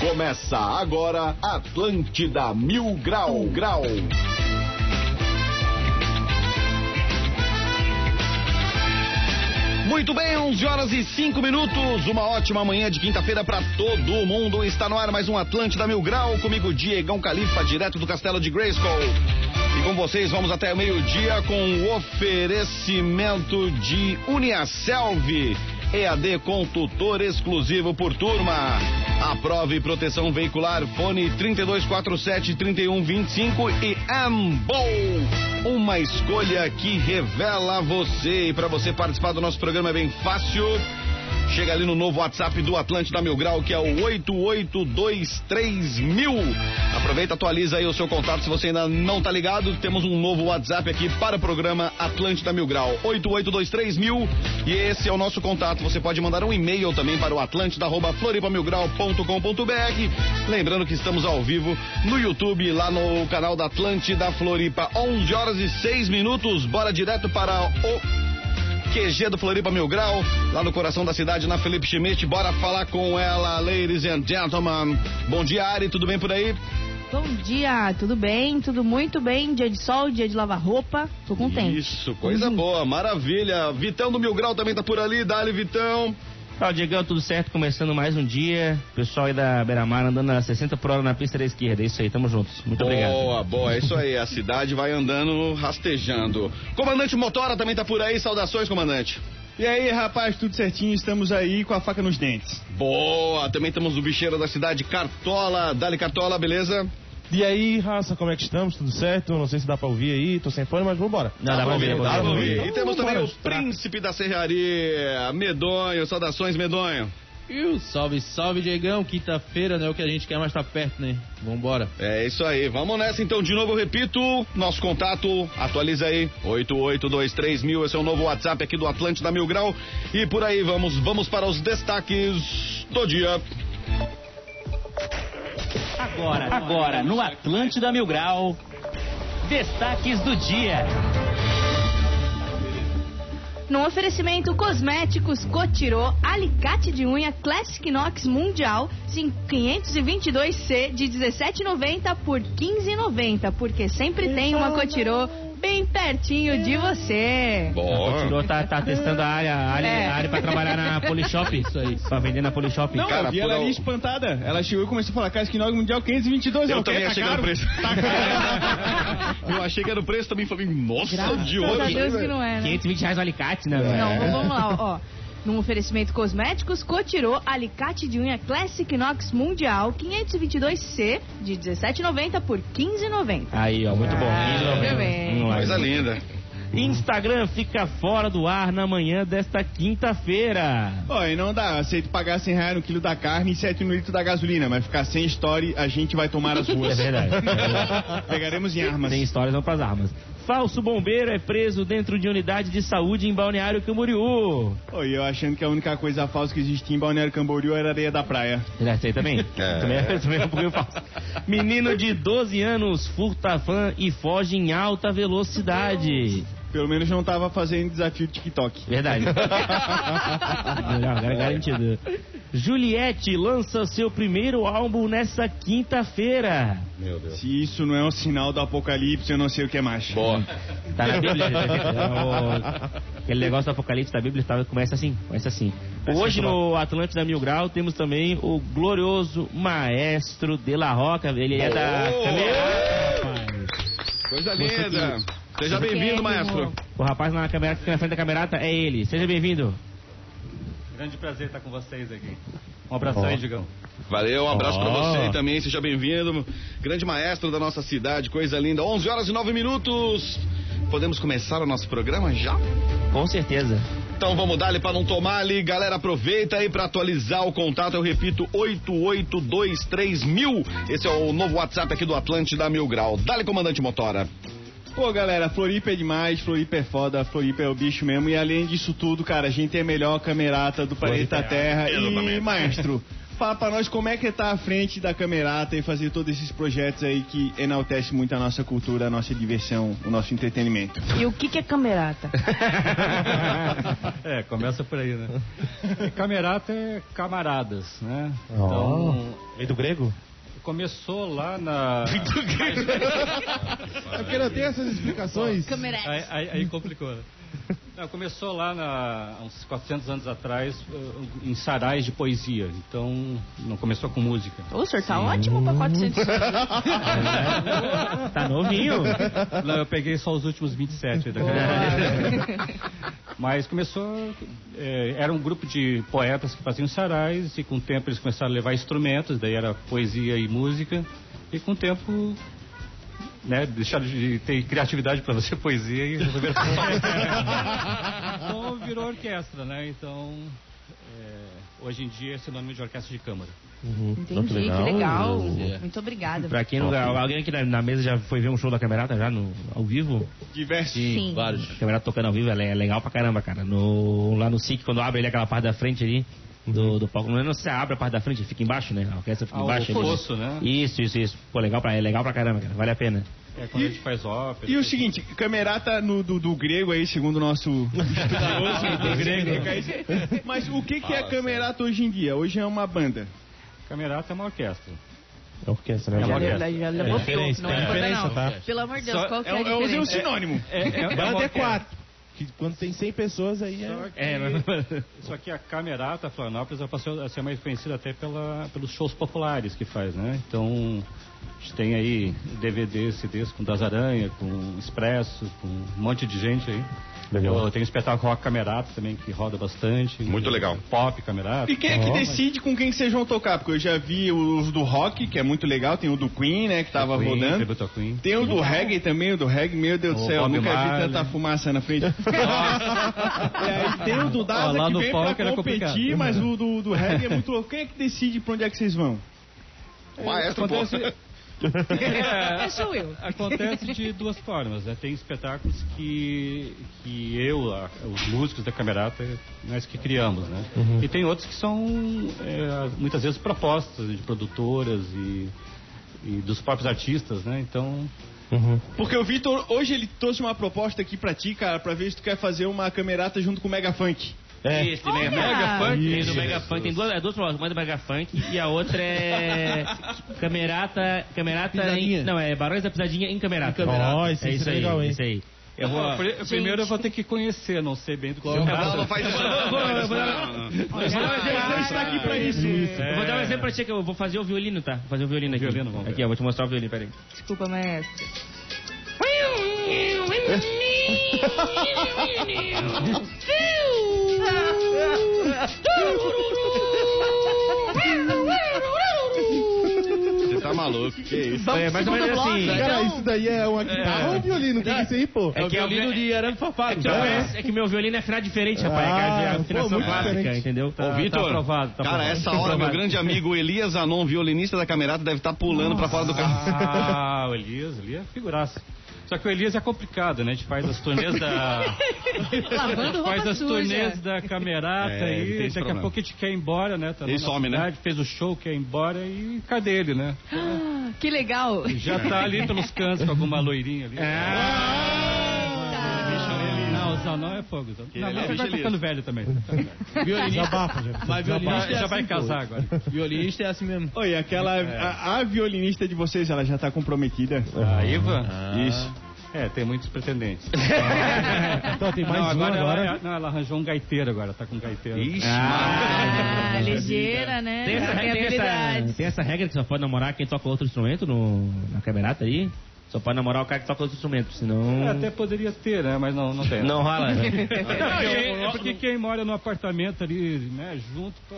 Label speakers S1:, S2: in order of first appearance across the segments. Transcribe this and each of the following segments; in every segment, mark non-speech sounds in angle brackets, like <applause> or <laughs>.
S1: Começa agora Atlântida Mil Grau Grau. Muito bem, 11 horas e 5 minutos. Uma ótima manhã de quinta-feira para todo mundo. Está no ar mais um Atlântida Mil Grau. Comigo, Diegão Califa, direto do Castelo de Grayskull. E com vocês vamos até o meio-dia com o oferecimento de Uniaselv. EAD com tutor exclusivo por turma. Aprove proteção veicular, fone 3247-3125 e Ambo. Uma escolha que revela você. E para você participar do nosso programa é bem fácil. Chega ali no novo WhatsApp do Atlântida Mil Grau, que é o 8823000. Aproveita, atualiza aí o seu contato se você ainda não tá ligado. Temos um novo WhatsApp aqui para o programa Atlântida Mil Grau, 8823000. E esse é o nosso contato. Você pode mandar um e-mail também para o atlântida@floripamilgrau.com.br. Lembrando que estamos ao vivo no YouTube, lá no canal da Atlântida Floripa, 11 horas e 6 minutos. Bora direto para o QG do Floripa Mil Grau, lá no coração da cidade, na Felipe Schmidt. Bora falar com ela, ladies and gentlemen. Bom dia, Ari, tudo bem por aí?
S2: Bom dia, tudo bem? Tudo muito bem? Dia de sol, dia de lavar roupa, tô contente.
S1: Isso, coisa boa, maravilha. Vitão do Mil Grau também tá por ali, dale, Vitão.
S3: Fala, Diegão, tudo certo? Começando mais um dia. Pessoal aí da Beira-Mar andando a 60 por hora na pista da esquerda. É isso aí, tamo juntos. Muito obrigado.
S1: Boa, boa, é isso aí. A cidade vai andando, rastejando. Comandante Motora também tá por aí. Saudações, comandante.
S4: E aí, rapaz, tudo certinho? Estamos aí com a faca nos dentes.
S1: Boa, também temos o bicheiro da cidade, Cartola. Dale, Cartola, beleza?
S5: E aí, raça, como é que estamos? Tudo certo? Não sei se dá pra ouvir aí, tô sem fone, mas vambora.
S3: Não, dá pra ouvir, dá pra ouvir.
S1: E temos também o príncipe da serraria, Medonho. Saudações, Medonho.
S6: Iu, salve, salve, Diegão. Quinta-feira não é o que a gente quer, mas tá perto, né? Vambora.
S1: É isso aí, vamos nessa então de novo, eu repito, nosso contato, atualiza aí, 8823000, esse é o novo WhatsApp aqui do Atlântida Mil Grau, e por aí vamos, vamos para os destaques do dia.
S7: Agora, agora, no Atlântida Mil Grau, destaques do dia.
S2: Num oferecimento cosméticos Cotirô, alicate de unha Classic Knox Mundial 522C de 17,90 por 15,90, porque sempre tem uma Cotirô bem pertinho de você.
S3: O
S1: Boa.
S3: Tirou tá, tá testando a área, a área,
S2: É.
S3: a área pra trabalhar na Polishop. Isso aí. Pra vender na Polishop.
S7: é,
S4: Não,
S1: Cara,
S4: eu vi ela
S1: por
S4: ali
S1: al-
S4: espantada. Ela chegou e começou a falar, cara, que nós mundial 522 é
S1: Eu
S4: o quê?
S1: também
S4: Tá
S1: achei que era
S4: caro.
S1: o preço. <laughs> Eu achei que era o preço também, falei, nossa, de
S2: Graças a
S1: hoje.
S2: Deus que não é, né?
S3: 520 reais o alicate, né?
S2: Não, vamos lá, ó. Num oferecimento cosméticos, Cotirô, alicate de unha Classic Knox Mundial 522C de 17,90 por 15,90.
S3: Aí, ó, muito bom.
S7: Ah,
S2: muito bem.
S3: Vamos lá.
S1: Coisa linda.
S3: Instagram fica fora do ar na manhã desta quinta-feira.
S4: Ó, e não dá, aceito pagar 100 reais no quilo da carne e 7 no litro da gasolina, mas ficar sem story, a gente vai tomar as
S3: <laughs> É
S4: ruas.
S3: verdade. É verdade.
S4: <laughs> Pegaremos em armas.
S3: Tem histórias não pras armas. Falso bombeiro é preso dentro de unidade de saúde em Balneário Camboriú.
S4: Oi, eu achando que a única coisa falsa que existia em Balneário Camboriú era a areia da praia.
S3: Já sei também. Também, é, também é um pouquinho falso. Menino de 12 anos furta van e foge em alta velocidade.
S4: Pelo menos não tava fazendo desafio de TikTok.
S3: Verdade. Melhor, gar- garantido. Juliette lança seu primeiro álbum nessa quinta-feira.
S1: Meu Deus.
S4: Se isso não é um sinal do apocalipse, eu não sei o que é mais.
S1: Boa.
S3: Tá na Bíblia. né? O- Aquele negócio do Apocalipse da Bíblia tá, começa assim, começa assim. Hoje no Atlântida Mil Grau temos também o glorioso Maestro de la Roca. Ele é da
S1: Boa!
S3: Camerata.
S1: Coisa linda. Seja bem-vindo, maestro.
S3: O rapaz lá na, camerata, na frente da Camerata é ele. Seja bem-vindo.
S8: Grande prazer estar com vocês aqui. Um abração aí, Digão.
S1: Valeu, um abraço pra
S3: Ó.
S1: você também, seja bem-vindo. Grande maestro da nossa cidade, coisa linda. 11 horas e 9 minutos. Podemos começar o nosso programa já?
S3: Com certeza.
S1: Então vamos dar-lhe pra não tomar-lhe. Galera, aproveita aí pra atualizar o contato. Eu repito, 8823000. Esse é o novo WhatsApp aqui do Atlântida Mil Grau. Dá-lhe, comandante Motora.
S4: Pô, galera, Floripa é demais, Floripa é foda, Floripa é o bicho mesmo. E além disso tudo, cara, a gente é a melhor camerata do planeta Terra. E, maestro, Fala pra nós como é que é tá à frente da Camerata e fazer todos esses projetos aí que enaltece muito a nossa cultura, a nossa diversão, o nosso entretenimento.
S2: E o que, que é camerata?
S8: É, começa por aí, né? <laughs> Camerata é camaradas, né?
S4: Ah.
S8: Então,
S5: Vem do grego?
S8: começou
S4: <laughs>
S8: lá na...
S5: É porque não tem essas explicações.
S2: Camerata.
S8: Aí, aí- aí complicou, né? <laughs> Não, começou lá na, há uns 400 anos atrás, eh, em sarais de poesia. Então, não começou com música.
S2: Ô, o senhor tá ótimo pra 400.
S3: Tá novinho.
S8: Não, eu peguei só os últimos 27. Da Mas começou. eh, era um grupo de poetas que faziam sarais, e com o tempo eles começaram a levar instrumentos, daí era poesia e música, e com o tempo. Né, deixaram de ter criatividade para fazer poesia e resolveram fazer só orquestra. Então virou orquestra, né? Então. eh, hoje em dia é sinônimo de orquestra de câmara.
S3: Tá
S2: Entendi, que legal. Muito obrigada.
S3: Uhum. Pra quem não. Alguém aqui na, na mesa já foi ver um show da Camerata já no, ao vivo?
S4: Diversos.
S2: Sim.
S6: Vários.
S3: A Camerata tocando ao vivo ela é legal pra caramba, cara. No, lá no SIC, quando abre ali aquela parte da frente ali. Do, do palco, não é não se abre a parte da frente, fica embaixo, né? A orquestra fica
S8: Ah, o
S3: embaixo. ali,
S8: fosso, né?
S3: Isso, isso, isso. Pô, legal pra, é legal pra caramba, cara. Vale a pena.
S8: É quando a gente faz ópera. assim.
S4: E o seguinte, Camerata no, do, do grego aí, segundo o nosso
S8: <laughs>
S4: estudioso, grego. Mas o que, que é Camerata hoje em dia? Hoje é uma banda.
S8: Camerata é uma orquestra.
S5: É orquestra,
S8: É
S5: né?
S8: uma
S2: Já,
S8: orquestra.
S2: já, já
S5: É
S2: levantou,
S5: diferença,
S2: não
S5: é
S2: é banda,
S5: diferença,
S2: não.
S5: tá?
S2: Pelo amor de Deus,
S8: Só-
S2: qual que é,
S4: É,
S2: a
S4: um- é, um- é um
S2: diferença?
S4: sinônimo.
S8: É, é uma
S5: Banda é
S8: orquestra.
S5: quatro. Que quando tem 100 pessoas aí é...
S3: É,
S8: Só que é a Camerata Florianópolis ela passou a ser mais conhecida até pela, pelos shows populares que faz, né? Então, a gente tem aí DVDs, CDs com Das Aranha, com Expresso, com um monte de gente aí.
S5: Legal.
S8: Eu tenho um espetáculo Rock Camerata também, que roda bastante.
S1: Muito legal.
S8: Pop Camerata.
S4: E quem é que decide com quem que vocês vão tocar? Porque eu já vi os do rock, que é muito legal, tem o do Queen, né, que tava
S8: É Queen,
S4: rodando.
S8: tributo a Queen.
S4: Tem o do reggae também, o do reggae, meu Deus do
S8: O
S4: céu, eu
S8: Bob
S4: nunca vi
S8: Marley.
S4: tanta fumaça na
S8: <laughs>
S4: frente. É, E aí tem o do
S8: Ó,
S4: Daza
S8: lá
S4: que
S8: no
S4: vem
S8: palco
S4: pra
S8: era
S4: competir,
S8: complicado.
S4: mas o do, do reggae é muito louco. Quem é que decide pra onde é que vocês vão?
S1: Maestro, pô.
S2: <laughs> É, sou eu.
S8: Acontece de duas formas, né? Tem espetáculos que, que eu, a- os músicos da Camerata, nós que criamos, né?
S1: Uhum.
S8: E tem outros que são, é, muitas vezes, propostas de produtoras e, e dos próprios artistas, né? Então,
S3: Uhum.
S4: Porque o Vitor, hoje ele trouxe uma proposta aqui pra ti, cara, pra ver se tu quer fazer uma camerata junto com o Mega Funk.
S5: É.
S3: Isso, Mega,
S2: Olha!
S3: Mega Funk. Tem do Mega Funk. Tem duas, é, duas palavras. Uma é do Mega Funk e a outra
S5: <laughs>
S3: é. Camerata. Camerata. Em, não, é Barões da Pisadinha em Camerata.
S5: Ó, esse
S3: é isso
S5: seria
S3: aí.
S5: legal, hein?
S3: isso aí.
S8: eu vou, Ah, pri- primeiro eu vou ter que conhecer, não sei bem do que
S1: <laughs>
S8: se
S1: Não,
S8: trata.
S1: não faz isso. não, não faz isso, não.
S3: Eu vou dar um exemplo,
S4: Você está aqui pra isso.
S3: eu vou dar um exemplo pra ti que eu vou fazer o violino, tá? Vou fazer o violino aqui.
S8: Violino, vamos ver.
S3: aqui, ó, vou te mostrar o violino, peraí.
S2: Desculpa, mestre.
S1: Você tá maluco. Que isso?
S3: É, mais ou menos assim.
S5: Cara,
S4: então?
S5: isso daí é uma guitarra ou um violino? O que é isso aí, pô?
S3: É que é o violino de arame fafado. É
S8: né?
S3: que, eu conheço- é que meu violino é afinado diferente, rapaz.
S5: Ah,
S3: cara, de
S5: pô,
S3: afinação
S5: muito
S3: clássica,
S5: diferente.
S3: entendeu? Tá,
S1: Ô, Vitor,
S3: tá aprovado, tá
S1: cara,
S3: aprovado.
S1: essa hora, meu
S3: <laughs>
S1: grande amigo Elias Anon, violinista da Camerata, deve estar pulando pra fora do carro.
S8: Ah, o Elias, o Elias é figuraça. Só que o Elias é complicado, né? A gente faz as turnês da.
S2: Lavando roupa
S8: faz as
S2: suja.
S8: turnês da camerata
S1: É, ele tem
S8: aí, daqui
S1: esse
S8: a
S1: problema.
S8: pouco a gente quer ir embora, né? Tá
S1: Ele
S8: na nossa
S1: some, né?
S8: cidade, Fez o show, quer ir embora e cadê ele, né?
S2: Que legal.
S8: <laughs> Já tá ali pelos cantos com alguma loirinha ali.
S2: Ah,
S8: Não, o Zanon é fogo. Zanon. Não,
S1: ele é
S8: mas
S1: bicho
S8: ele vai
S1: Elias.
S8: ficando velho também.
S6: Violinista,
S5: Abafa, gente.
S6: mas
S8: Já,
S6: violinista é
S8: já vai
S6: assim, pô.
S8: casar agora.
S6: Violinista é assim mesmo.
S4: Oi, aquela.
S8: É.
S4: A, a violinista de vocês, ela já tá comprometida.
S8: A Iva?
S4: Isso.
S8: Ah, É, tem muitos pretendentes.
S5: Então, tem mais
S8: não,
S5: um
S8: agora,
S5: agora.
S8: Ela, não, ela arranjou um gaiteiro agora, tá com um gaiteiro.
S1: Ixi,
S2: Ah, ligeira, né?
S3: Tem essa,
S2: Tem
S3: regra, tem, essa,
S2: habilidades.
S3: tem essa regra que só pode namorar quem toca outro instrumento no, na camerata aí? Só pode namorar o cara que toca outro instrumento, senão.
S8: É, Até poderia ter, né? Mas não, não tem.
S3: Não né? rola.
S4: <laughs>
S8: Não, é, é porque quem mora num apartamento ali, né, junto, pô.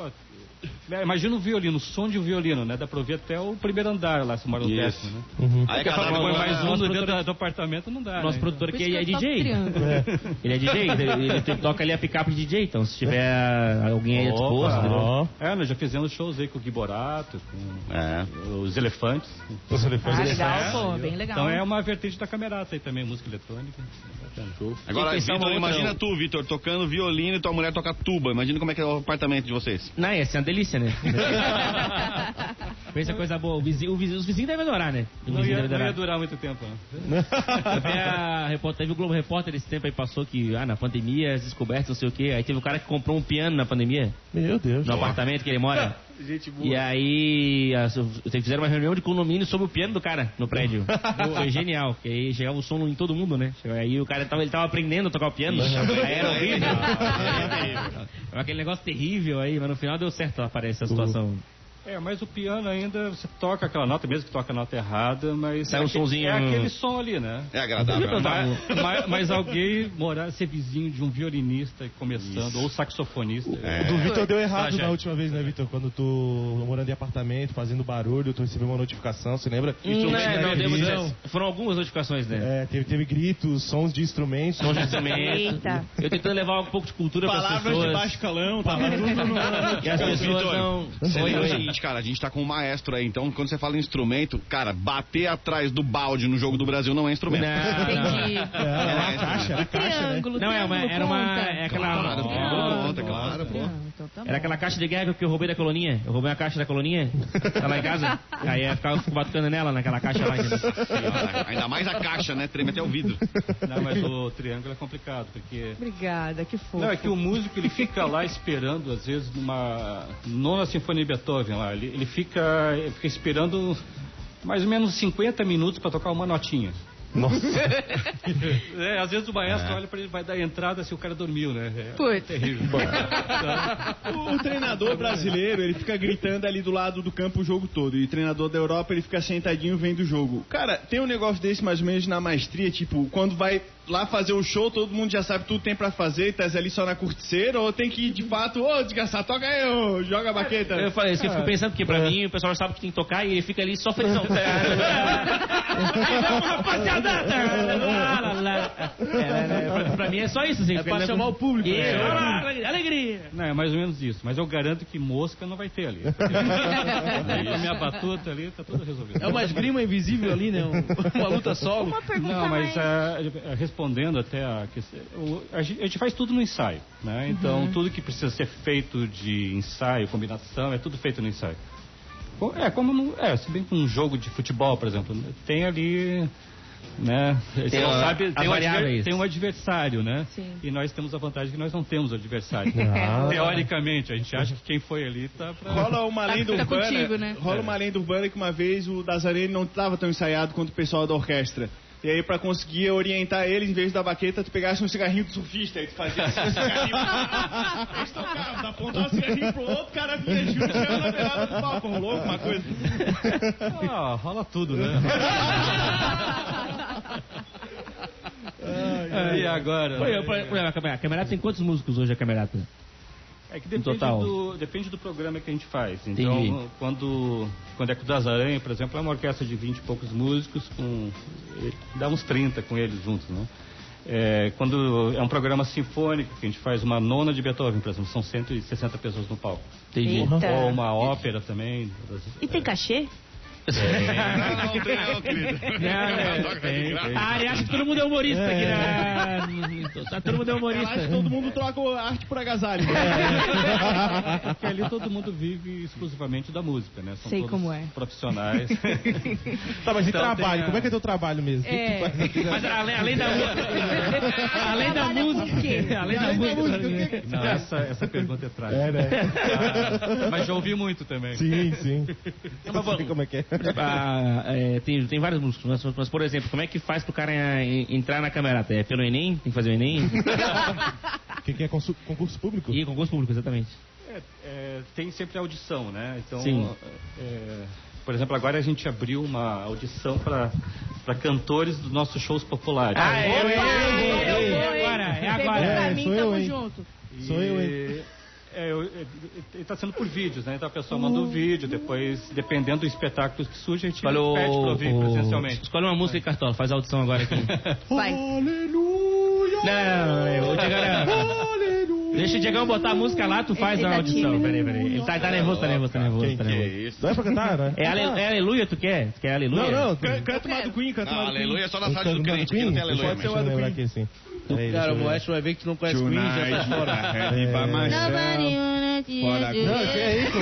S8: né, imagina o violino, o som de um violino, né? Dá pra ouvir até o primeiro andar lá, se mora no
S1: Isso.
S8: décimo, né?
S1: Aí
S8: Daqui a pouco
S1: cada
S8: põe
S1: um
S8: mais um
S3: Nosso
S8: no dentro da- do apartamento, não dá.
S3: Nosso
S8: né?
S3: produtor
S2: Por
S3: aqui
S2: isso que
S3: é
S2: eu toco
S3: DJ.
S2: triângulo.
S3: Ele é DJ, ele, ele te- toca ali a picape de DJ, então se tiver alguém aí disposto, entendeu?
S5: Ó,
S8: É, nós já fizemos shows aí com o Giborato, com
S1: É.
S8: os elefantes.
S5: os elefantes.
S2: Ah, legal, pô, bem legal.
S8: Então é uma vertente da camerata aí também, música eletrônica.
S1: Agora,
S3: Tem que pensar
S1: Vitor,
S3: uma outra-
S1: imagina tu, Vitor, tocando violino e tua mulher toca tuba. Imagina como é que é o apartamento de vocês.
S3: Não, ia ser uma delícia, pensa,
S8: <laughs>
S3: né? pensa coisa boa. O vizinho, o vizinho- os vizinhos devem adorar, né? O
S8: Não
S3: vizinho
S8: ia,
S3: deve
S8: não
S3: adorar.
S8: ia durar muito tempo. né?
S3: Até a repórter, teve o Globo Repórter esse tempo aí passou que, ah, na pandemia, as descobertas, não sei o quê. Aí teve o cara que comprou um piano na pandemia,
S5: Meu Deus.
S3: no apartamento que ele mora. E aí, as- fizeram uma reunião de condomínio sobre o piano do cara no prédio. Foi genial, porque aí chegava o som em todo mundo, né? Aí o cara tava, ele tava aprendendo a tocar o piano. aí era horrível. <laughs> Era aquele negócio terrível aí, mas no final deu certo, aparece a situação.
S8: É, mas o piano ainda, você toca aquela nota, mesmo que toca a nota errada, mas...
S3: Sai
S8: é
S3: um
S8: aquele-
S3: sonzinho-
S8: É aquele som ali, né?
S1: É agradável. né?
S8: Mas, mas- mas alguém morar, ser vizinho de um violinista começando, ou saxofonista.
S5: O
S3: É.
S5: do Vitor deu errado
S8: Tragédia.
S5: na última vez, né, Vitor? Quando tu morando em apartamento, fazendo barulho, tu recebeu uma notificação, você lembra?
S3: Né, não,
S5: Teve
S3: demos
S5: gritos,
S3: certo. Foram algumas notificações, né?
S5: É, teve, teve gritos, sons de instrumentos.
S3: Sons de instrumento.
S2: Eita.
S3: Eu tentando levar um pouco de cultura para as
S4: Palavras de
S3: pessoas.
S4: baixo calão, tava tudo no...
S3: <laughs> E as pessoas
S4: Vitor,
S3: não.
S1: Você
S3: Oi,
S1: vê é o
S3: oi.
S1: seguinte, cara, a gente tá com um maestro aí, então quando você fala instrumento, cara, bater atrás do balde no jogo do Brasil não é instrumento.
S2: <laughs>
S3: Não,
S2: Entendi.
S5: É, lá a caixa, a caixa, né?
S2: Triângulo,
S3: não, é uma.
S2: triângulo
S3: Era uma.
S2: conta. tá
S3: É
S1: Claro, pô,
S3: aquela.
S1: conta, claro, pô.
S2: Ah, Então tá bom.
S3: Era aquela caixa de guerra que eu roubei da coloninha. Eu roubei a caixa da coloninha. Tá lá em casa. Aí eu ficava batucando nela, naquela caixa lá.
S1: Ainda mais a caixa, né? Treme até o vidro.
S8: Não, Né? mas o triângulo é complicado, porque...
S2: Obrigada, que fofo.
S8: Não, é que o músico ele fica lá esperando, às vezes, numa nona sinfonia de Beethoven lá. Ele, ele fica, ele fica esperando mais ou menos 50 minutos para tocar uma notinha. <laughs> Nossa! às vezes o maestro olha para ele vai dar entrada se o cara dormiu, né? É
S2: Putz.
S8: terrível.
S4: O, o treinador brasileiro, ele fica gritando ali do lado do campo o jogo todo. E o treinador da Europa, ele fica sentadinho vendo o jogo. Cara, tem um negócio desse mais ou menos na maestria, tipo, quando vai lá fazer o show, todo mundo já sabe tudo que tem pra fazer, tá ali só na curticeira, ou tem que ir de fato, ô, desgraçado, toca aí, ô, joga a baqueta.
S3: Eu falei isso que eu fico pensando, porque pra mim o pessoal sabe que tem que tocar e ele fica ali só felizão.
S2: <laughs>
S3: Vamos, rapaziada! Lá, lá, lá. É, né, pra, pra mim é só isso, assim. É
S6: pra chamar o público,
S3: E,
S6: né?
S3: lá, lá, lá, alegria!
S8: Não, é mais ou menos isso. Mas eu garanto que mosca não vai
S3: <laughs>
S8: ter ali. Aí a minha batuta ali tá tudo resolvido.
S6: É uma esgrima invisível ali, né? Um- Uma luta solo.
S2: Uma pergunta
S8: Não, mas
S2: mais.
S8: ah, respondendo até a questão, o- a gente a gente faz tudo no ensaio,
S2: Uhum.
S8: né? Então tudo que precisa ser feito de ensaio, combinação, é tudo feito no ensaio. Co- É como no, é, se bem que um jogo de futebol, por exemplo, né? tem ali, né? Você não
S3: a-
S8: sabe,
S3: as
S8: tem, um
S3: variáveis.
S8: adver- tem um adversário, né?
S2: Sim. Ah.
S8: E nós temos a vantagem que nós não
S2: <laughs>
S8: temos adversário. Teoricamente, a gente acha que quem foi ali tá pra...
S4: Rola uma lenda
S2: tá
S4: urbana.
S2: contigo, né?
S4: Rola
S5: É.
S4: uma lenda urbana que uma vez o Dazarene não estava tão ensaiado quanto o pessoal da orquestra. E aí, pra conseguir orientar ele, em vez da baqueta, tu pegasse um cigarrinho do surfista e tu fazia assim, um
S2: <laughs>
S4: cigarrinho. Eles tocavam, apontava o cigarrinho pro outro, o cara vinha junto, chegava na beirada do palco, rolou alguma coisa.
S8: Ah, rola tudo, né?
S2: <laughs>
S8: É, E agora?
S3: Oi, eu- pra- pra- A camerata tem quantos músicos hoje, a camerata?
S8: É que depende,
S3: total.
S8: Do, depende do programa que a gente faz. Então,
S3: Entendi.
S8: quando, quando é com o Das Aranha, por exemplo, é uma orquestra de 20 e poucos músicos, com, dá uns 30 com eles juntos, né? É, quando é um programa sinfônico, que a gente faz uma nona de Beethoven, por exemplo, são 160 pessoas no palco.
S3: Entendi.
S2: Eita.
S8: Ou uma ópera também.
S2: Tá.
S8: É.
S2: E tem cachê?
S1: Não, não tem não, querido.
S8: Ah, é,
S3: Não, A área acha que todo mundo é humorista aqui na. Tá, todo mundo é
S4: Ela acha que
S3: humorista.
S4: todo mundo troca arte por agasalho.
S8: Porque ali todo mundo vive exclusivamente da música, né? São
S2: Sei
S8: todos
S2: como é. <laughs>
S8: profissionais.
S5: Tá, mas e
S8: Então, tem
S5: trabalho?
S8: a-
S5: Como é que é teu trabalho mesmo? O que que tu faz?
S3: Mas além, além da música. Além da
S2: Trabalha com o quê?
S3: música. Além da música.
S8: Não, essa, essa pergunta é trágica.
S5: É, <laughs> né?
S3: É.
S8: Ah, mas já ouvi muito também. Então,
S5: Sim, sim. Eu não sei como é que é.
S3: Ah, é, tem, tem vários músicos, mas, mas, por exemplo, como é que faz pro cara eh, entrar na camerata? É pelo Enem? Tem que fazer o Enem?
S5: Quem quer consu- concurso público?
S3: E concurso público, exatamente.
S8: É, é, tem sempre audição, né? Então,
S3: Sim.
S8: é, por exemplo, agora a gente abriu uma audição para cantores dos nossos shows populares.
S2: é?
S3: eu,
S2: hein?
S3: agora, é
S2: Pergunta
S3: agora.
S2: pra
S5: É,
S2: mim,
S5: sou
S2: tamo
S5: eu, hein?
S2: junto.
S8: E-
S5: Sou eu, hein?
S8: é, eu- é, Ele está sendo por vídeos, né? Então a pessoa manda o vídeo, depois, dependendo do espetáculo que surge, a gente
S3: Escolhe, o-
S8: pede para ouvir
S3: o,
S8: presencialmente.
S3: escolhe uma música e cartola, faz a audição agora
S8: <laughs>
S3: aqui.
S2: Vai.
S3: Não, não, não, não, o Diego era- Deixa o Diegão botar a música lá, tu faz
S2: Ele
S3: a
S2: tá
S3: audição.
S2: tímido.
S3: Peraí, peraí. Ele tá, tá nervoso, tá nervoso, tá nervoso, tá nervoso.
S5: Não é pra cantar, né?
S3: É, ale, é aleluia, tu quer? Tu quer aleluia?
S5: Não, não.
S4: Can- Canta uma do Queen, canta
S1: Não,
S4: uma do Queen.
S1: aleluia é só na
S5: Eu
S1: sala do
S5: canto
S1: crente, que
S5: Queen?
S1: não tem
S5: Eu
S1: aleluia,
S5: Pode ser
S1: mas...
S5: uma do Queen. Aqui, assim. Peraí,
S6: Cara, o
S5: deixa eu ver.
S6: Moeste vai ver que tu não conhece o Queen já tá fora.
S1: Nobody
S2: Nobody wanna
S9: Fora de
S5: Não, que é isso?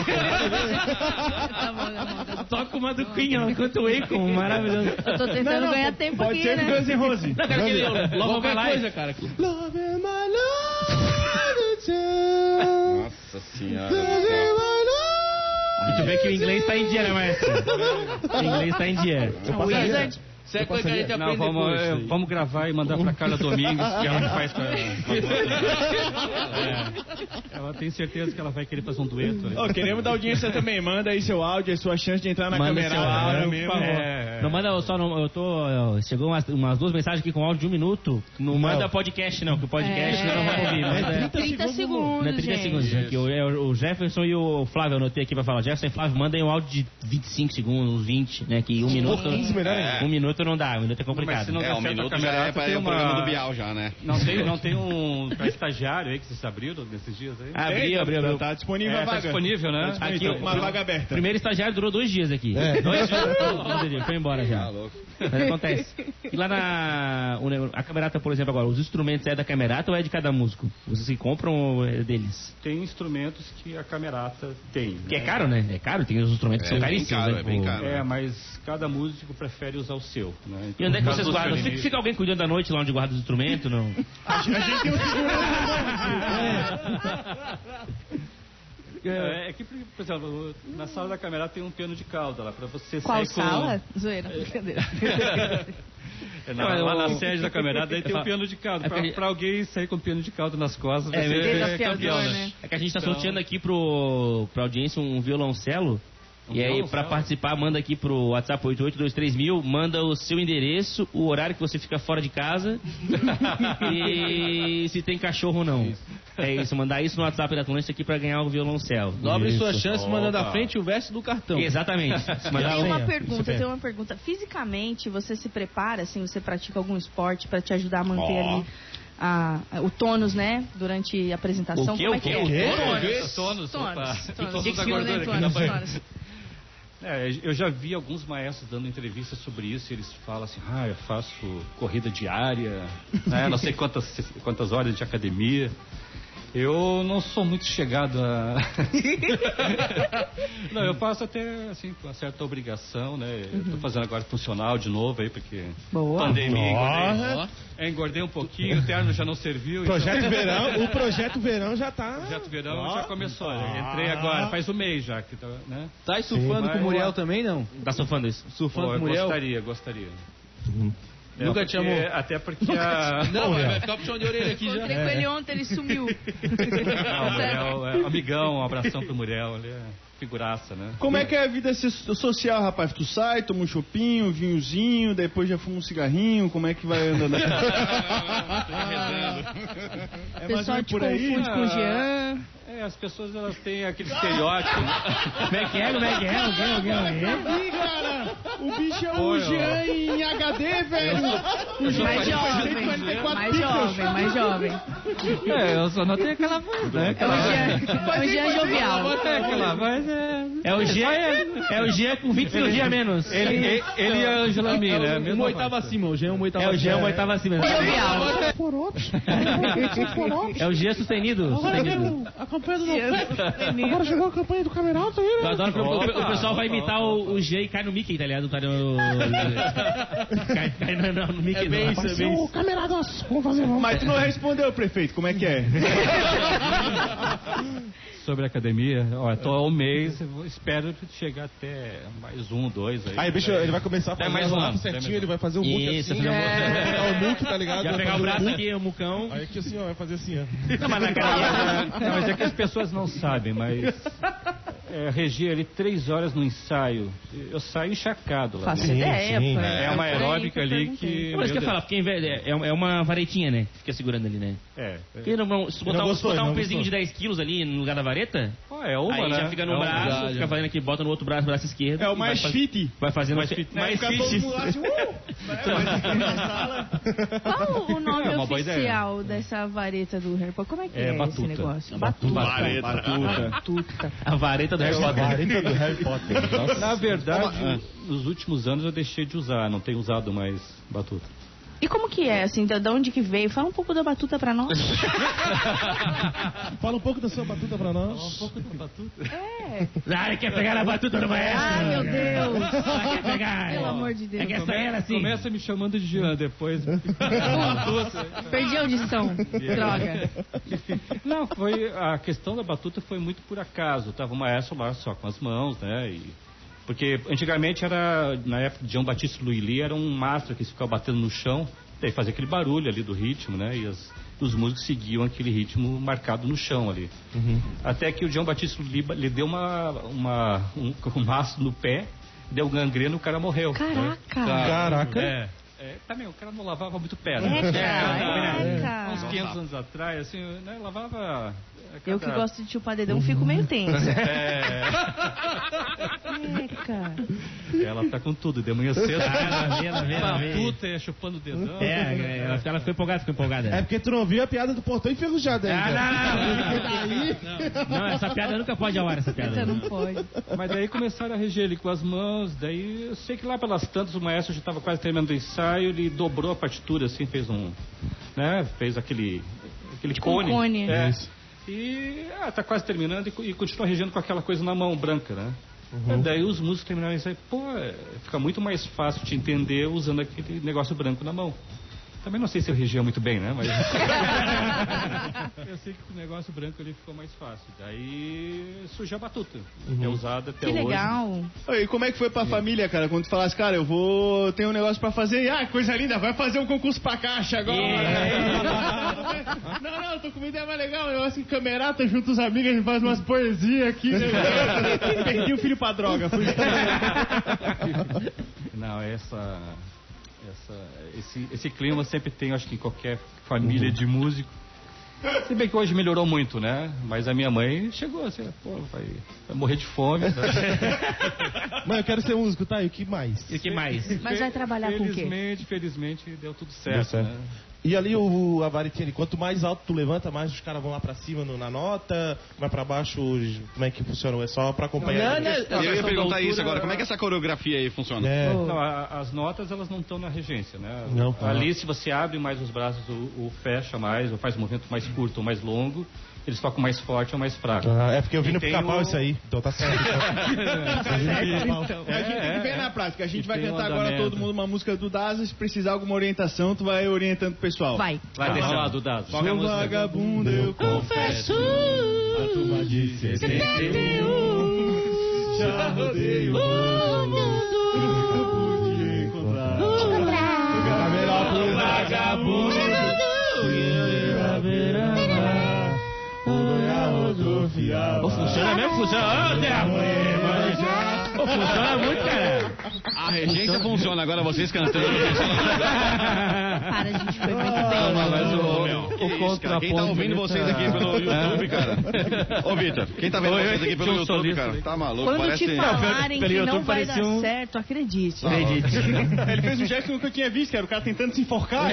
S9: Tá bom, tá bom, tá bom.
S3: Toca uma do Queen, ó, enquanto o Akon, maravilhoso.
S2: Eu tô tentando ganhar tempo
S4: Pode
S2: aqui,
S4: ser do
S2: né?
S4: Guns N' Roses.
S3: Não, cara, que eu, logo vai
S6: Qualquer
S3: lá.
S6: coisa, cara.
S5: Love in my life.
S1: Nossa senhora.
S3: E tu vê que o inglês tá em dia, né, maestro? O inglês tá em dia.
S6: Isso é coisa que a gente
S8: Não,
S6: aprende
S8: vamos,
S6: depois.
S8: eh, vamos gravar e mandar pra Carla Domingues, que ela faz com a, com a voz. É. Ela tem certeza que ela vai querer fazer um dueto. Né?
S4: Ó, queremos dar audiência também. Manda aí seu áudio, é sua chance de entrar na
S3: Manda
S4: câmera
S3: seu
S4: agora
S3: áudio, né?
S4: mesmo.
S3: por favor.
S4: É.
S3: Não manda eu só, não, eu tô. eu- chegou umas, umas duas mensagens aqui com áudio de um minuto. Não, manda podcast, não, que o podcast
S2: É.
S3: não vai ouvir. Mas é.
S2: 30
S3: Não é
S2: segundos,
S3: 30
S2: gente.
S3: segundos, é que o, é o Jefferson e o Flávio, eu anotei aqui pra falar. Jefferson e Flávio, mandem um áudio de 25 segundos, uns 20, né? Que um minuto. Um minuto não dá, um minuto é complicado.
S8: Mas se não-
S1: É, um
S8: Acerta a
S1: minuto já
S8: câmera
S1: é
S8: alta,
S1: para
S8: tem
S1: o
S8: uma-
S1: programa do Bial já, né?
S8: Não tem, não tem um pra estagiário aí que vocês abriram nesses dias aí?
S3: Abriu,
S4: Eita,
S3: É, abriu, abriu.
S4: Tá disponível a
S8: É, tá
S4: vaga.
S8: disponível, né?
S4: Aqui,
S3: Ah, Aqui,
S4: uma
S3: o-
S4: vaga
S3: O
S4: aberta.
S3: Então, primeiro estagiário durou dois dias aqui.
S1: É,
S3: Dois dias. dois dias, Foi embora já. Mas acontece. E lá na. o ne- A Camerata, por exemplo, agora, os instrumentos é da Camerata ou é de cada músico? Vocês que compram ou é deles?
S8: Tem instrumentos que a camerata tem.
S3: Que é
S8: né?
S3: caro, né? É caro, tem os
S1: É,
S3: instrumentos que são
S1: bem
S3: caríssimos.
S1: caro,
S3: né?
S1: é bem
S3: O-
S1: caro.
S8: É, mas cada músico prefere usar o seu. Né?
S3: E onde é que
S8: Então,
S3: vocês
S8: caso
S3: guardam?
S8: você
S3: Fica, fica alguém cuidando da noite lá onde guarda os instrumentos? Não.
S8: É, é que, por exemplo, na sala da camerata tem um piano de cauda lá, pra você
S2: Qual
S8: sair com...
S2: sala? Zoeira, brincadeira.
S8: É, na-
S3: Não,
S8: lá
S3: eu-
S8: na sede da camerata aí tem um piano de cauda.
S3: É
S8: Pra,
S3: porque-
S8: pra alguém sair com piano de cauda nas costas, vai
S3: É,
S8: ser
S3: ninguém
S2: desafiador, né?
S3: É que a gente tá
S6: Então-
S3: sorteando aqui pro, pra audiência um violoncelo.
S8: Um
S3: e aí,
S8: violoncelo?
S3: pra participar, manda aqui pro WhatsApp 8823000, manda o seu endereço, o horário que você fica fora
S6: <laughs>
S3: de casa e se tem cachorro ou não. É isso, mandar isso no WhatsApp da Atlântica aqui pra ganhar o violoncelo.
S6: Dobre
S3: Isso.
S6: sua chance mandando à frente o verso do cartão.
S3: Exatamente. Se mandar
S2: Tem
S3: um-
S2: uma
S3: isso
S2: pergunta,
S3: é.
S2: tem uma pergunta. Fisicamente, você se prepara, assim, você pratica algum esporte pra te ajudar a manter
S1: Ó.
S2: ali a- a- o tônus, né? Durante a apresentação.
S3: O quê,
S2: Como
S3: o
S2: é que
S3: quê,
S2: é?
S3: o quê?
S2: Tônus.
S6: Tônus, opa. Então,
S2: Tônus. Tônus.
S6: O que que
S2: Tônus,
S6: segura aqui na
S2: tônus,
S6: barriga?
S2: tônus.
S8: É, eu já vi alguns maestros dando entrevistas sobre isso, e eles falam assim, ah, eu faço corrida diária, né, não sei quantas, quantas horas de academia. Eu não sou muito chegado a. <laughs> não, eu faço até assim, com uma certa obrigação, né? Eu tô fazendo agora funcional de novo aí, porque.
S2: Boa.
S8: Pandemia, engordei,
S5: Ó,
S8: é, engordei um pouquinho, o terno já não serviu. então-
S5: projeto verão, o projeto verão já tá. <laughs>
S8: Projeto Verão já começou, né? entrei agora, faz um mês já que tá, né?
S6: Tá aí surfando com o Muriel também, não?
S3: Tá surfando isso.
S6: Surfando
S8: Pô,
S6: com
S8: eu
S6: o Muriel?
S8: gostaria, gostaria.
S5: Hum.
S8: É,
S6: Nunca
S8: porque-
S6: te amou.
S8: Até porque a...
S6: Não, é vai ficar puxando de orelha aqui já. é.
S2: Encontrei com ele ontem, ele
S6: <laughs>
S2: sumiu.
S8: <laughs> Não, o Muriel é amigão, um abração pro Muriel, ele é figuraça, né?
S4: Como é que é a vida so- social, rapaz? Tu sai, toma um chopinho, um vinhozinho, depois já fuma um cigarrinho, como é que vai andando?
S2: O
S4: é mais ou
S2: pessoal
S4: menos
S2: te
S4: por aí?
S2: confunde com o Jean.
S8: É, as pessoas elas têm aquele estereótipo.
S3: Como é que é? Como é que é? Alguém, alguém, alguém?
S4: Ih, cara, o bicho é
S8: Pô,
S4: um
S8: eu-
S4: Jean em HD, velho. O Jean
S2: Mais jovem,
S4: 144
S2: mais jovem, mais jovem.
S8: é, eu só não tenho aquela voz, né?
S2: É o Jean, é o Jean jovial.
S8: É, aquela voz é...
S3: É o G, é o G com 20 quilos a menos.
S8: Ele, ele, ele e a Angela Mi, né?
S6: Um oitavo acima, o Jean é um oitavo
S3: É um o G,
S6: acima.
S3: uma oitava acima.
S2: Jovial.
S3: É o G sustenido. sustenido.
S5: Agora chegou a campanha do Cameralto aí,
S3: Eu adoro porque o, o pessoal vai imitar o, o G e cai no Mickey, tá ligado? Tá no- Cai, cai no, no- no Mickey, não.
S5: Ô, Cameradas, vamos fazer, vamos.
S4: Mas tu não respondeu, prefeito, como é que é?
S8: Sobre a academia, ó, tô há um mês, eu vou- espero chegar até mais um, dois aí.
S5: Aí, bicho, ele vai começar a fazer
S8: mais
S5: as
S8: um
S5: latas
S8: ano, tem mais
S5: certinho,
S8: um.
S5: ele vai fazer o muque
S3: Isso,
S5: assim.
S3: fazer um
S5: vai pegar o muque, tá ligado?
S3: Já
S5: Vai
S3: pegar o
S5: fazer
S3: braço
S5: muque.
S3: aqui, o mucão.
S5: Aí aqui assim, ó, vai fazer assim, ó.
S3: Não, mas na cara.
S8: Não, mas é que as pessoas não sabem, mas. É, Regi, ali três horas no ensaio. Eu saio encharcado lá. né?
S2: Faço ideia,
S5: sim.
S2: pô.
S8: É uma aeróbica ali que.
S3: Mas isso que eu ia falar, porque é, é, é uma varetinha, né? que Fica segurando ali, né?
S8: É.
S3: Porque não, não, se botar,
S5: Não
S3: um-
S5: gostou,
S3: botar
S5: não
S3: um pezinho
S5: gostou.
S3: de 10 quilos ali no lugar da vareta,
S8: Pô, é uma,
S3: aí
S8: né?
S3: já fica no
S8: É uma
S3: braço,
S8: verdade.
S3: fica fazendo aqui, bota no outro braço, braço esquerdo.
S4: É o
S3: e
S4: mais
S3: vai, faz-
S4: fit.
S3: Vai fazendo
S8: Mais fit, mais
S4: Fica todo mundo lá assim, uh!
S2: Qual o nome
S8: É uma boa
S2: oficial dessa vareta do Harry Potter? Como é que
S8: É
S2: é, esse
S8: batuta.
S2: negócio? Batuta. Batuta.
S3: A vareta do Harry Potter.
S5: Vareta do Harry Potter.
S8: Na verdade, nos últimos anos eu deixei de usar, não tenho usado mais batuta.
S2: E como que é, assim, da da onde que veio? Fala um pouco da batuta pra nós.
S8: <laughs>
S5: Fala um pouco da sua batuta pra nós.
S2: É.
S3: <laughs> Ah, quer pegar a batuta do maestro?
S2: Ai, meu
S8: É.
S2: Deus.
S3: Quer pegar?
S2: Pelo amor de Deus.
S3: Quer sair ela assim?
S8: Começa me chamando de Jean, depois.
S2: Perdi a audição.
S8: É.
S2: Droga.
S8: Não, foi. A questão da batuta foi muito por acaso. Tava o maestro lá só com as mãos, né? E, porque antigamente era, na época de João Batista Luili, era um mastro que ficava batendo no chão, daí fazia aquele barulho ali do ritmo, né? E as- os músicos seguiam aquele ritmo marcado no chão ali. Até que o João Batista Luili ba- lhe deu uma, uma, um, <laughs> um mastro no pé, deu gangrena e o cara morreu. né?
S2: Caraca.
S5: Caraca.
S8: É. É, também, o cara não lavava muito pé, né?
S2: É,
S8: Há Uns
S2: caraca.
S8: 500 anos atrás, assim, né, lavava... a
S2: Eu que
S8: cada-
S2: gosto de chupar dedão fico meio tensa.
S8: Tá. É,
S2: Caraca.
S8: ela tá com tudo, de manhã cedo. né? <laughs>
S3: Ah, vê, vê,
S8: tá
S3: vê.
S6: Puta, ia chupando o dedão.
S3: É, é, ela, ela ficou empolgada, ficou empolgada.
S5: É porque tu não viu a piada do portão enferrujado
S3: Ah,
S5: ainda.
S3: não, não, não, não. Não, essa piada nunca pode ao ar, essa piada.
S2: Essa não pode.
S8: Mas daí começaram a reger ele com as mãos, daí eu sei que lá pelas tantas o maestro já estava quase terminando o ensaio, ele dobrou a partitura assim, fez um... né, fez aquele... aquele
S2: um
S8: cone.
S2: cone.
S8: É. E ah, tá quase terminando e, co- e continua regendo com aquela coisa na mão branca, né? Daí os músicos terminaram isso aí, pô, é, fica muito mais fácil te entender usando aquele negócio branco na mão. Também não sei se eu regia muito bem,
S2: <laughs>
S8: né? Mas. eu sei que com o negócio branco ele ficou mais fácil. Daí surgiu a batuta. É
S2: Uhum.
S8: usada até
S2: Que
S8: hoje.
S2: legal.
S4: E como é que foi pra família, cara? Quando tu falasse, cara, eu vou ter um negócio pra fazer. E, ah, coisa linda, vai fazer um concurso pra caixa agora.
S8: É,
S4: não, não, tô com uma ideia mais legal. Eu acho que camerata junto os amigos, a gente faz umas poesias aqui. né? Perdi o filho pra droga. Fui...
S8: Não, essa, essa, esse, esse clima sempre tem, acho que em qualquer família
S2: Uhum.
S8: de músico. Se bem que hoje melhorou muito, né? Mas a minha mãe chegou assim, pô, vai, vai morrer de fome.
S5: Mãe, eu quero ser músico, tá? E o que mais?
S3: E o que
S2: <laughs>
S3: mais?
S2: Mas vai trabalhar com o quê?
S8: Felizmente, felizmente deu tudo certo.
S5: Deu certo.
S8: né?
S5: E ali o, a varitinha, ali, quanto mais alto tu levanta, mais os caras vão lá pra cima no- na nota, mais pra baixo, os- como é que funciona? É só pra acompanhar.
S1: Eu ia perguntar isso agora, como é que essa coreografia aí funciona?
S5: É.
S8: Não, a- as notas elas não estão na regência, né?
S5: Não, tá.
S8: Ali se você abre mais os braços ou, ou fecha mais, ou faz um movimento mais curto ou mais longo, eles tocam mais forte ou mais fraco.
S5: Ah, é porque eu vi
S8: E
S5: no
S8: tem
S5: pica-pau
S8: o-
S5: isso aí. Então tá certo. Tá,
S8: É,
S4: a gente tem que ver na prática. A gente vai
S8: tem um
S4: cantar agora
S8: andamento.
S4: todo mundo uma música do Daza. Se precisar de alguma orientação, tu vai orientando o pessoal.
S2: Vai.
S8: Vai deixar lá do Dazo.
S4: Sou vagabundo, eu confesso.
S2: A turma de 71
S4: Já rodeio
S2: O mundo
S4: de encontrar.
S2: pra
S3: é Ô, funciona mesmo?
S8: Ah,
S3: Funciona. Ô,
S5: é,
S8: né?
S3: Débora!
S5: tá
S3: Ô,
S8: é
S3: funciona muito, cara.
S1: A
S8: Então-
S1: regência funciona, agora vocês cantando. não funciona.
S2: Para, gente, foi muito
S3: Ah,
S2: bem.
S8: Mas o,
S1: Tá
S8: é
S1: Que isso, cara? Quem tá ouvindo vocês aqui pelo YouTube, cara?
S8: <laughs>
S1: Ô, Vitor, quem tá vendo
S8: Oi,
S1: vocês aqui pelo
S8: tio
S1: YouTube,
S8: solista.
S1: cara? Tá maluco,
S2: Quando
S1: parece... <laughs>
S2: te falarem
S3: pelo
S2: que não
S3: YouTube
S2: vai dar
S3: parecia um-
S2: certo, acredite.
S4: <laughs>
S1: Ah, é.
S4: Ele fez um gesto que eu nunca tinha visto, que era o cara tentando se
S8: <laughs>
S4: enforcar.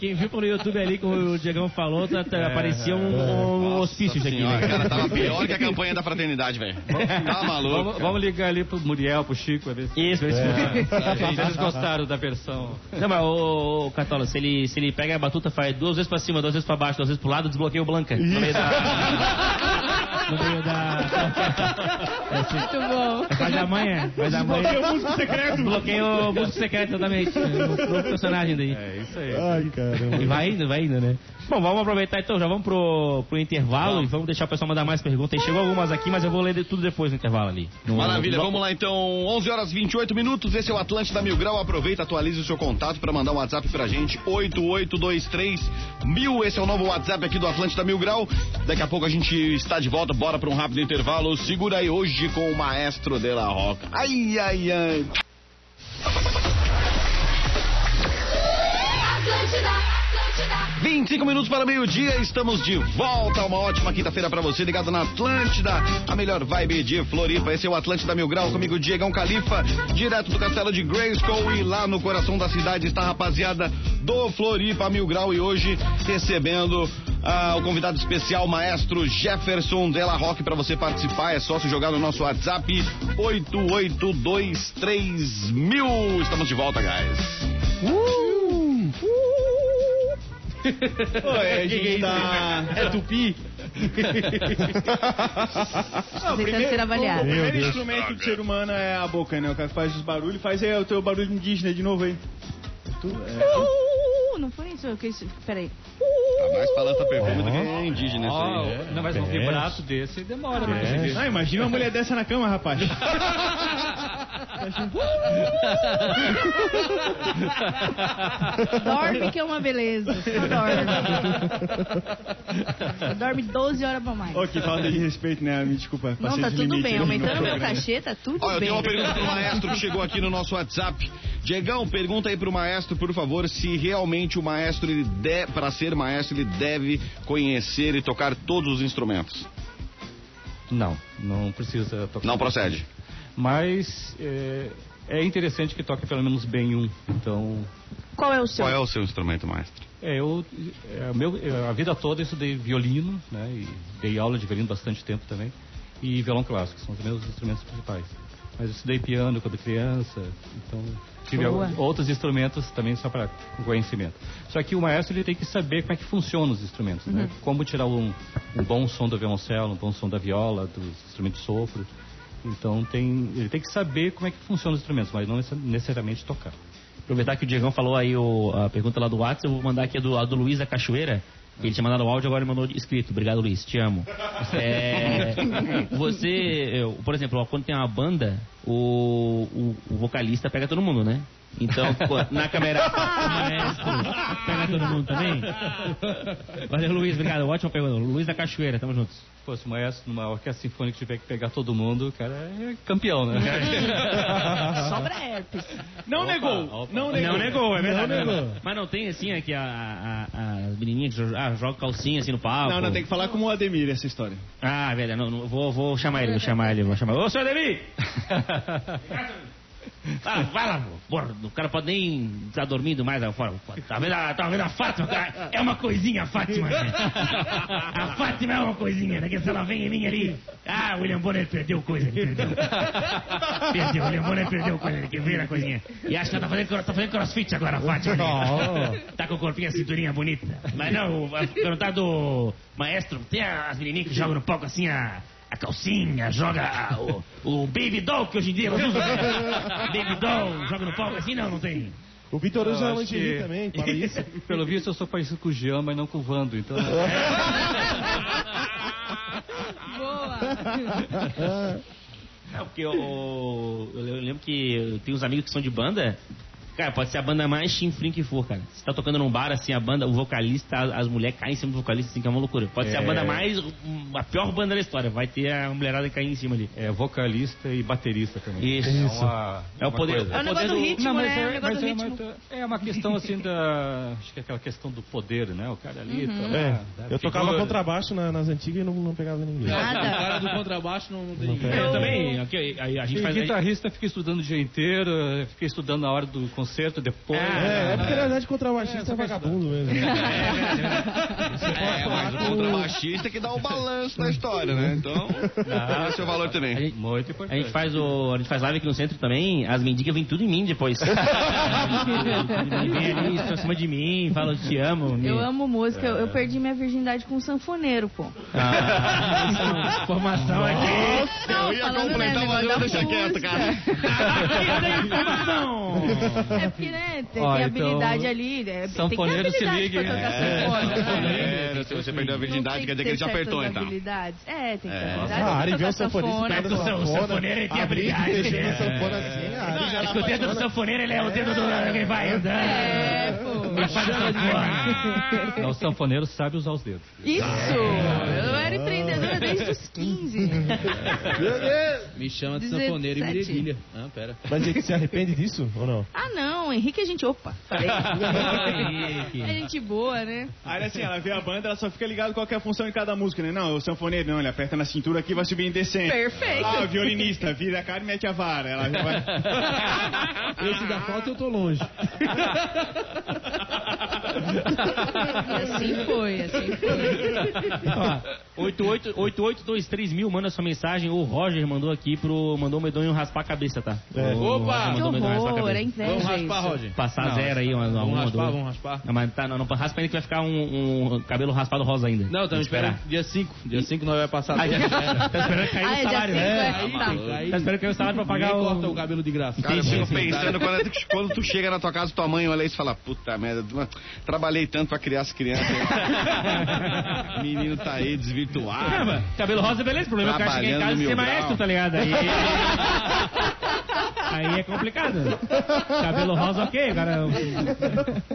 S3: Quem viu pelo YouTube ali, como o Diegão falou, tá- tá- aparecia um, um hospício isso aqui,
S1: É, Senhora,
S3: né?
S1: cara, tava pior que a campanha da fraternidade, velho. Tá maluco.
S8: Vamos, vamos ligar ali pro Muriel, pro Chico, vai ver se
S3: Isso,
S1: É.
S3: isso.
S8: se eles gostaram da versão.
S3: Não, mas o, Catola, se ele, se ele pega a batuta, faz duas vezes pra cima, duas vezes pra baixo, duas vezes pro lado, desbloqueia o Blanca. No meio da. No meio da.
S2: Muito bom.
S3: Vai da manhã, vai da manhã.
S4: o músico
S8: <laughs>
S4: secreto.
S3: Desbloqueia o músico secreto exatamente. O novo personagem daí.
S8: É isso aí.
S5: Ai,
S3: E
S5: caramba.
S3: vai indo, vai indo, né? Bom, vamos aproveitar então, já vamos pro, pro intervalo e vamos deixar o pessoal mandar mais perguntas. Aí Chegou algumas aqui, mas eu vou ler de- tudo depois no intervalo ali. No-
S1: Maravilha,
S3: no-
S1: vamos lá então, 11 horas 28 minutos, esse é o Atlântida Mil Grau, aproveita, atualize o seu contato para mandar um WhatsApp pra gente, 8823 mil, esse é o novo WhatsApp aqui do Atlântida Mil Grau, daqui a pouco a gente está de volta, bora para um rápido intervalo, segura aí hoje com o Maestro de la Roca, ai, ai, ai.
S9: Atlântida.
S1: 25 minutos para o meio-dia, estamos de volta. Uma ótima quinta-feira para você, ligado na Atlântida, a melhor vibe de Floripa. Esse é o Atlântida Mil Grau, comigo Diegão Califa, direto do castelo de Grayskull. E lá no coração da cidade está a rapaziada do Floripa Mil Grau. E hoje recebendo ah, o convidado especial, maestro Jefferson Della Rock, para você participar. É só se jogar no nosso WhatsApp 8823 mil. Estamos de volta, guys.
S4: Ué, a gente tá. É
S2: <laughs>
S4: tupi? Não,
S2: Tentando ser avaliado.
S4: O
S5: Meu
S4: primeiro
S5: Deus.
S4: instrumento do ser humano é a boca, né? O cara que faz os barulhos. Faz aí o teu barulho indígena de novo aí. Tu, é.
S2: Uh, não foi isso, eu quis. Peraí.
S1: Tá mais falando perfume do que é indígena esse
S8: Ó,
S1: aí.
S8: não, mas um
S5: Desce.
S8: vibrato desse demora pra
S5: Desce.
S8: conseguir.
S4: Ah, imagina uma mulher dessa na cama, rapaz.
S1: tá
S2: Dorme que é uma beleza. Só dorme.
S1: <laughs>
S2: dorme 12 horas pra mais.
S4: Ó, <laughs> que falta de respeito, né? Me desculpa.
S2: Não,
S4: passei
S2: tá
S4: de
S2: tudo
S4: limite
S2: bem.
S4: no
S2: Aumentando meu
S4: programa.
S2: cachê, tá tudo
S1: Olha, eu
S2: bem.
S1: tenho uma pergunta pro maestro que chegou aqui no nosso WhatsApp. Diegão, pergunta aí pro maestro, por favor, se realmente o maestro, ele de, pra ser maestro, ele deve conhecer e tocar todos os instrumentos.
S8: Não, não precisa tocar.
S1: Não procede.
S8: Mas é, é interessante que toque pelo menos bem um. Então,
S2: Qual é o seu?
S1: Qual é o seu instrumento, maestro?
S8: é, eu, é, o meu, é, a vida toda eu estudei violino, né? E dei aula de violino bastante tempo também. E violão clássico, que são os meus instrumentos principais. Mas eu estudei piano quando criança, então tive
S2: Boa.
S8: al- outros instrumentos também só para conhecimento. Só que o maestro ele tem que saber como é que funcionam os instrumentos, né? Como tirar um, um bom som do violoncelo, um bom som da viola, dos instrumentos de sopro. Então tem, ele tem que saber como é que funcionam os instrumentos, mas não necess- necessariamente tocar.
S3: Aproveitar que o Diegão falou aí o- a pergunta lá do WhatsApp, eu vou mandar aqui a do, a do Luiz da Cachoeira. que Ele tinha mandado o áudio, agora ele mandou escrito. Obrigado, Luiz. Te amo. É, você, eu, por exemplo, ó, quando tem uma banda, o, o, o vocalista pega todo mundo, né? Então, co- na câmera, o maestro pega todo mundo também. Valeu, Luiz. Obrigado. Ótima pergunta. Luiz da Cachoeira. Tamo juntos.
S8: Se fosse um maestro numa orquestra sinfônica que tiver que pegar todo mundo, o cara é campeão, né?
S2: Sobra herpes.
S4: Não negou. Não negou.
S3: Não negou, é verdade. Mas não tem assim, aqui a, a, a- as menininhas que jo- ah, jogam calcinha assim no palco.
S4: Não, não, tem que falar como o Ademir essa história.
S3: Ah, velho, não, não, vou, vou chamar ele, vou chamar ele, vou chamar ele. Ô, seu Ademir! Ah, vai lá, pô. porra, o cara pode nem estar dormindo mais lá fora. Tá vendo, a, tá vendo a Fátima? cara? É uma coisinha a Fátima, gente. A Fátima é uma coisinha, né? Que se ela vem em mim ali. Ah, o William Bonner perdeu coisa, ele perdeu. Perdeu, o William Bonner perdeu coisa, ele que veio na coisinha. E acho que ela tá fazendo, cro- tá fazendo crossfit agora, a Fátima. né? Tá com o corpinho, a cinturinha bonita. Mas não, o- a- perguntar do maestro, tem as menininhas que jogam no palco assim a. A calcinha, joga a- o, o baby doll que hoje em dia elas usam. né? Baby doll, joga no palco assim? Não, não tem.
S5: O Vitor usa
S8: é
S5: a lingerie
S8: que-
S5: também, para isso.
S8: <laughs> Pelo visto eu sou parecido com o Jean, mas não com o Vando, então.
S2: um
S3: É, porque eu, eu, eu lembro que eu tenho uns amigos que são de banda. Cara, pode ser a banda mais chinfrim que for, cara. Você tá tocando num bar, assim, a banda, o vocalista, as, as mulheres caem em cima do vocalista, assim, que é uma loucura. Pode ser a banda mais. um, a pior banda da história. Vai ter a mulherada caindo em cima ali.
S8: É vocalista e baterista também.
S3: Isso.
S8: É, uma,
S3: É o
S8: uma
S3: poder-
S8: coisa.
S2: É o negócio do ritmo, né? É o negócio
S8: mas
S2: do
S8: é,
S2: ritmo.
S8: uma, é uma questão assim da. Acho que é aquela questão do poder, né? O cara ali. tá lá,
S5: É,
S8: da
S5: eu tocava
S8: figura.
S5: contrabaixo na- nas antigas e não, não pegava ninguém.
S6: O
S2: Nada.
S6: cara do contrabaixo não, não tem
S5: Não tem.
S3: Eu também. aqui, aí a gente
S8: né? E
S3: faz. aí-
S8: guitarrista fica estudando o dia inteiro, eh, fica estudando na hora do concerto, depois. né?
S5: É, é porque na verdade contrabaixista é, vagabundo mesmo.
S1: É, mas o contrabaixista que dá o balanço na história, né? Então, dá seu valor também.
S8: Muito
S3: A
S8: importante.
S3: gente faz o. A gente faz live aqui no centro também, as mendigas vêm tudo em mim depois. vem ali, estão acima de mim, falam te amo. me-
S2: Eu amo música, eu, eu perdi minha virgindade com um sanfoneiro, pô.
S3: Ah, formação aqui.
S2: Não,
S1: Eu ia
S2: falando, né,
S1: completar, mas
S2: negócio
S1: eu
S2: da
S1: deixar quieto, cara.
S3: Aqui tem informação.
S2: É porque, né, tem,
S8: Ó,
S2: tem
S8: então,
S2: habilidade ali, né? Tem que ter
S8: sanfoneiro
S2: habilidade
S8: se liga,
S2: pra tocar
S8: hein?
S1: tá
S2: sanfona, né?
S1: É, se você perdeu a
S2: Não
S1: virgindade,
S2: tem
S1: quer dizer que
S2: ter
S1: ele já
S2: certas
S1: apertou, então.
S2: habilidades. É, tem que
S1: É.
S2: ter habilidade
S5: Ah, a
S2: pra
S5: Ari vê
S2: tocar
S5: o sanfonista e
S2: sanfona. É.
S5: pega no
S3: O sanfoneiro, ele tem
S5: <laughs>
S3: habilidade,
S5: Deixa
S3: né?
S5: sanfona assim, a Ari já
S3: Acho que o dedo do sanfoneiro ele é o dedo do. Quem vai andando.
S2: É, pô.
S8: Ah, O sanfoneiro sabe usar os dedos.
S2: Isso! Eu era empreendedora desde os 15.
S6: Me chama de sanfoneiro e me
S2: 17.
S6: dedilha. Ah, pera.
S5: Mas ele se arrepende disso ou não?
S2: Ah, não, Henrique a gente. Opa, falei. É gente boa, né?
S4: Aí assim, ela vê a banda, ela só fica ligada qual que é a função de cada música, né? Não, o sanfoneiro, não, ele aperta na cintura aqui e vai subir em descendo. <laughs>
S2: Perfeito.
S4: Ah, o violinista, vira a cara e mete a vara. Ela já vai...
S2: Ah.
S10: Esse da falta eu tô longe.
S2: É,
S9: E assim foi, assim foi.
S3: 8823 mil, manda sua mensagem. O Roger mandou aqui pro. Mandou o medonho raspar a cabeça, tá? O
S5: É.
S3: Roger
S2: Que
S3: mandou o medonho raspar a
S2: horror, é
S3: cabeça.
S2: inveja
S6: Vamos raspar,
S2: isso.
S6: Roger.
S3: Passar
S6: Não,
S3: zero aí, uma, uma,
S6: Vamos
S3: uma
S6: raspar,
S3: duas.
S6: vamos raspar.
S3: Não, mas tá, não, não raspa ainda que vai ficar um, um cabelo raspado rosa ainda.
S6: Não, estamos esperando dia 5. Dia 5 nós vai passar.
S3: Ah, já, tá esperando cair
S2: Ah, é
S3: o
S2: dia
S3: salário,
S2: cinco,
S3: né?
S2: é. Tá.
S3: Tá esperando cair o salário pra pagar
S6: Ninguém
S3: o...
S6: corta o cabelo de graça.
S1: Cara, eu fico pensando quando, é quando tu chega na tua casa, tua mãe olha isso e fala: Puta merda, tu- trabalhei tanto pra criar essa criança.
S3: <laughs>
S1: O menino tá aí desvirtuado.
S3: Caramba, cabelo rosa, beleza. O problema é que eu cheguei em
S1: Trabalhando
S3: casa e
S1: mil
S3: ser
S1: grau.
S3: maestro, tá
S6: <laughs>
S3: ligado? Aí... Aí é complicado. Cabelo rosa, ok, cara.
S8: O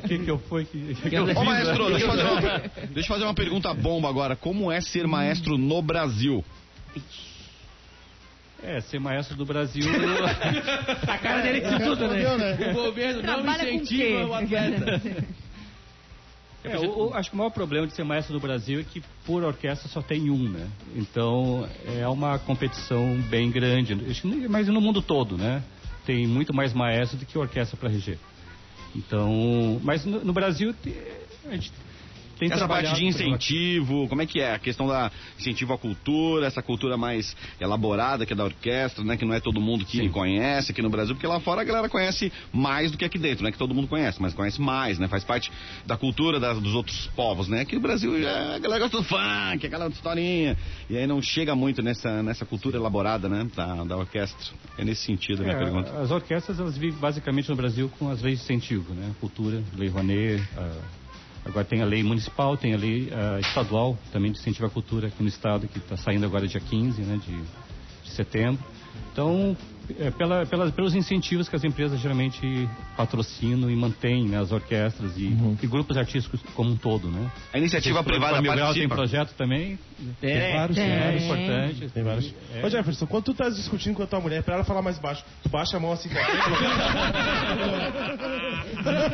S8: que, que eu fui que.
S1: Ô maestro, deixa eu, fazer
S3: <laughs>
S1: uma, deixa eu fazer uma pergunta bomba agora. Como é ser maestro no Brasil?
S8: É, ser maestro do <laughs> Brasil.
S3: A cara dele que se tudo, né?
S6: O governo não
S2: Trabalha com o
S6: incentiva o atleta.
S2: quê?
S8: É, o- o- acho que o maior problema de ser maestro do Brasil é que por orquestra só tem um, né? Então é uma competição bem grande, acho que nem- mas no mundo todo, né? Tem muito mais maestro do que orquestra para reger. Então, mas no, no Brasil te- a gente tem
S1: Essa
S8: trabalhado
S1: parte de
S8: por-
S1: incentivo, como é que é? A questão da incentivo à cultura, essa cultura mais elaborada que é da orquestra, né? Que não é todo mundo que conhece aqui no Brasil, porque lá fora a galera conhece mais do que aqui dentro, né? Que todo mundo conhece, mas conhece mais, né? Faz parte da cultura da- dos outros povos, né? Aqui no Brasil já, a galera gosta do funk, aquela historinha. E aí não chega muito nessa, nessa cultura elaborada, né? Da, da orquestra. É nesse sentido a minha
S8: É,
S1: pergunta.
S8: As orquestras elas vivem basicamente no Brasil com as leis de incentivo, né? Cultura, Lei Rouanet, ah, agora tem a lei municipal, tem a lei ah, estadual também de incentivo à cultura aqui no estado que está saindo agora dia 15, né? De, de setembro. Então, é, pela, pelas- pelos incentivos que as empresas geralmente patrocinam e mantêm né, as orquestras e,
S5: Uhum.
S8: e grupos artísticos como um todo, né?
S1: A iniciativa
S8: Vocês, por
S1: privada
S8: exemplo, a Mil Grau tem
S1: participa.
S8: projeto também,
S5: Tem vários,
S8: é,
S5: tem.
S8: importante. É.
S5: Tem vários. Ô Jefferson, quando tu tá discutindo com a tua mulher, pra ela falar mais baixo, tu baixa a mão assim com a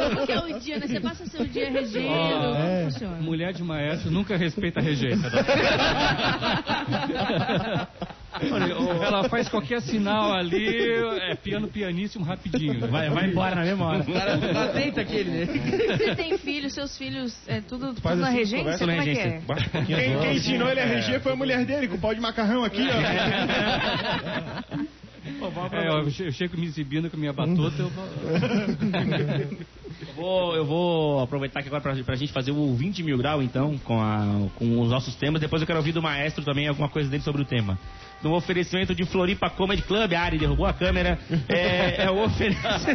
S2: Como que é o dia, né? Você passa seu dia regendo, como funciona?
S8: Mulher de maestro nunca respeita a <laughs> rejeita. né? Olha, o- Ela faz qualquer sinal ali, é piano pianíssimo rapidinho.
S3: Vai, vai embora na mesma hora.
S6: Atenta aquele, né?
S2: Você tem filhos, seus filhos, é tudo, tudo
S5: Faz
S2: na
S5: assim,
S2: regência?
S5: conversa
S2: Como
S5: na
S2: é que é?
S5: regência. Baixa um pouquinho as
S4: Quem,
S5: mãos. É.
S4: quem ensinou ele a reger foi a mulher dele, com o pau de macarrão aqui, ó.
S8: É, eu, che- eu chego me exibindo com a minha batuta, eu falo,
S3: Eu vou, eu vou aproveitar aqui agora pra, pra gente fazer o 20 mil grau, então, com, a- com os nossos temas. Depois eu quero ouvir do maestro também alguma coisa dele sobre o tema. No oferecimento de Floripa Comedy Club, a Ari derrubou a câmera. É, é o oferecimento.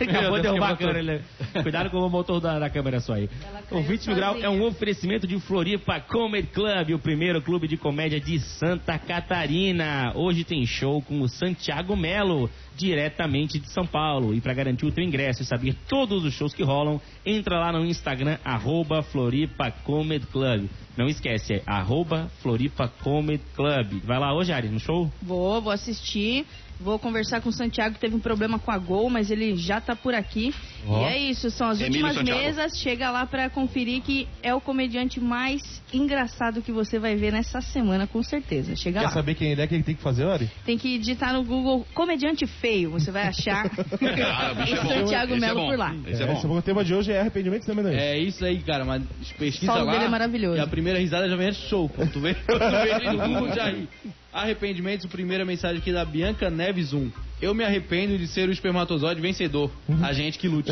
S3: Acabou de derrubar a câmera. ele- Cuidado com o motor da, da câmera só aí. O 20 mil grau é um oferecimento de Floripa Comedy Club, o primeiro clube de comédia de Santa Catarina. Hoje tem show com o Santiago Melo, diretamente de São Paulo. E para garantir o teu ingresso e saber todos os shows que rolam, entra lá no Instagram, arroba Floripa Comedy Club. Não esquece, é arroba Floripa Comedy Club. Vai lá hoje, Ari, no show?
S2: Vou, vou assistir. Vou conversar com o Santiago, que teve um problema com a Gol, mas ele já tá por aqui. E é isso, são as
S1: Emílio
S2: últimas
S1: Santiago.
S2: mesas. Chega lá pra conferir que é o comediante mais engraçado que você vai ver nessa semana, com certeza. Chega
S5: Quer
S2: lá.
S5: saber quem ele é, o que ele tem que fazer, Ori?
S2: Tem que digitar no Google comediante feio, você vai
S5: <laughs>
S2: achar
S1: Ah, o bicho
S2: o
S1: é bom.
S2: Santiago
S1: Esse é
S2: Melo
S1: bom.
S2: por lá.
S1: Esse é bom.
S5: o tema de hoje é arrependimentos, né, Mendes?
S6: É isso aí, cara, mas pesquisa
S2: O solo
S6: lá.
S2: dele é maravilhoso.
S6: E a primeira risada já vem <laughs> é show. pô. Tu vê, tu vê ali no Google já ri. Arrependimentos, primeira mensagem aqui da Bianca Neves 1. Eu me arrependo de ser o espermatozoide vencedor. A gente que lute.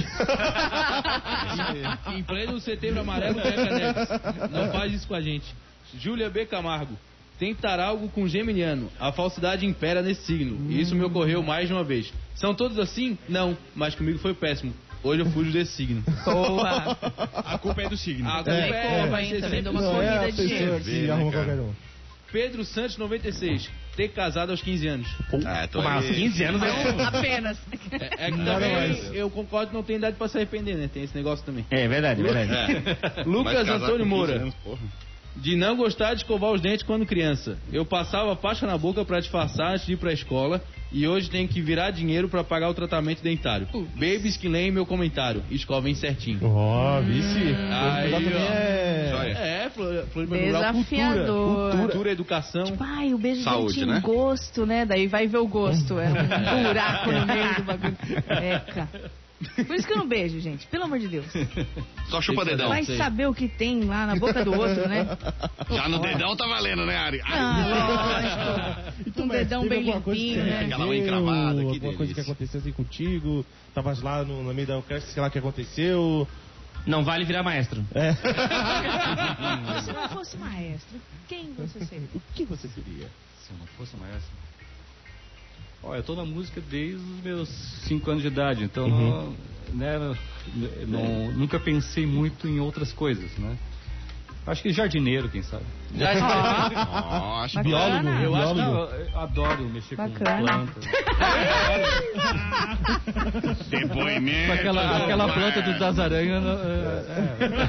S6: em pleno setembro amarelo, Bianca Neves. Não faz isso com a gente. Júlia B. Camargo. Tentar algo com Geminiano. A falsidade impera nesse signo. E Isso me ocorreu mais de uma vez. São todos assim? Não, mas comigo foi péssimo. Hoje eu fujo desse signo.
S2: <laughs> Boa.
S4: A culpa é do signo.
S6: A culpa é,
S2: É,
S6: vai
S2: hein,
S6: ser sempre
S2: também dou uma
S5: Não, é a
S2: corrida de
S5: pessoa que
S1: né,
S5: arruma
S1: cara?
S5: qualquer um.
S6: Pedro Santos, 96. Ter casado aos 15 anos.
S3: Ah, tô Mas aí. 15 anos é um-
S2: Então,
S9: Apenas.
S6: É, é que
S3: Nada
S6: também
S3: mais.
S6: eu concordo que não tem idade pra se arrepender, né? Tem esse negócio também.
S3: É verdade, verdade.
S6: <laughs> Lucas Antônio Moura.
S1: porra.
S6: De não gostar de escovar os dentes quando criança. Eu passava pasta na boca pra disfarçar antes de ir pra escola e hoje tenho que virar dinheiro pra pagar o tratamento dentário. Babies que leem meu comentário. Escovem certinho.
S5: Uhum. Ó, vice.
S6: Aí,
S5: Esse
S6: ó.
S5: negócio também é-
S6: É, Flor- Floripa Rural, cultura.
S2: Desafiador.
S6: Cultura, cultura,
S4: Tipo,
S6: educação.
S2: Tipo, Ai, o beijo
S1: Saúde,
S2: gente,
S1: né?
S2: gosto, né? Daí vai ver o gosto. É um buraco no meio do bagulho. Eca. Por isso que eu não beijo, gente. Pelo amor de Deus.
S1: Só chupa dedão.
S2: Vai saber o que tem lá na boca do outro, né?
S1: Já no dedão tá valendo, né, Ari? Ai,
S2: Ah, lógico. Um dedão
S5: teve
S2: bem
S5: Então, alguma coisa que
S2: limpinho,
S5: você
S2: né?
S1: Aquela unha
S5: arrependeu,
S1: encravada, que
S5: Alguma coisa que
S1: delícia.
S5: aconteceu assim contigo, tavas lá no, no meio da orquestra, sei lá o que aconteceu.
S3: Não vale virar maestro.
S2: Ah, Se você não fosse maestro, quem você seria?
S5: O que você seria?
S8: Se eu não fosse maestro. Olha, eu tô na música desde os meus 5 anos de idade, então não, né, não- não- nunca pensei muito em outras coisas, né? Acho que jardineiro, quem sabe.
S1: Nossa,
S5: Biólogo,
S2: Bacana.
S8: Eu acho que
S5: biólogo.
S8: eu, eu adoro mexer
S2: Bacana.
S8: com plantas.
S1: depoimento.
S8: Com aquela, aquela planta do das aranhas. né,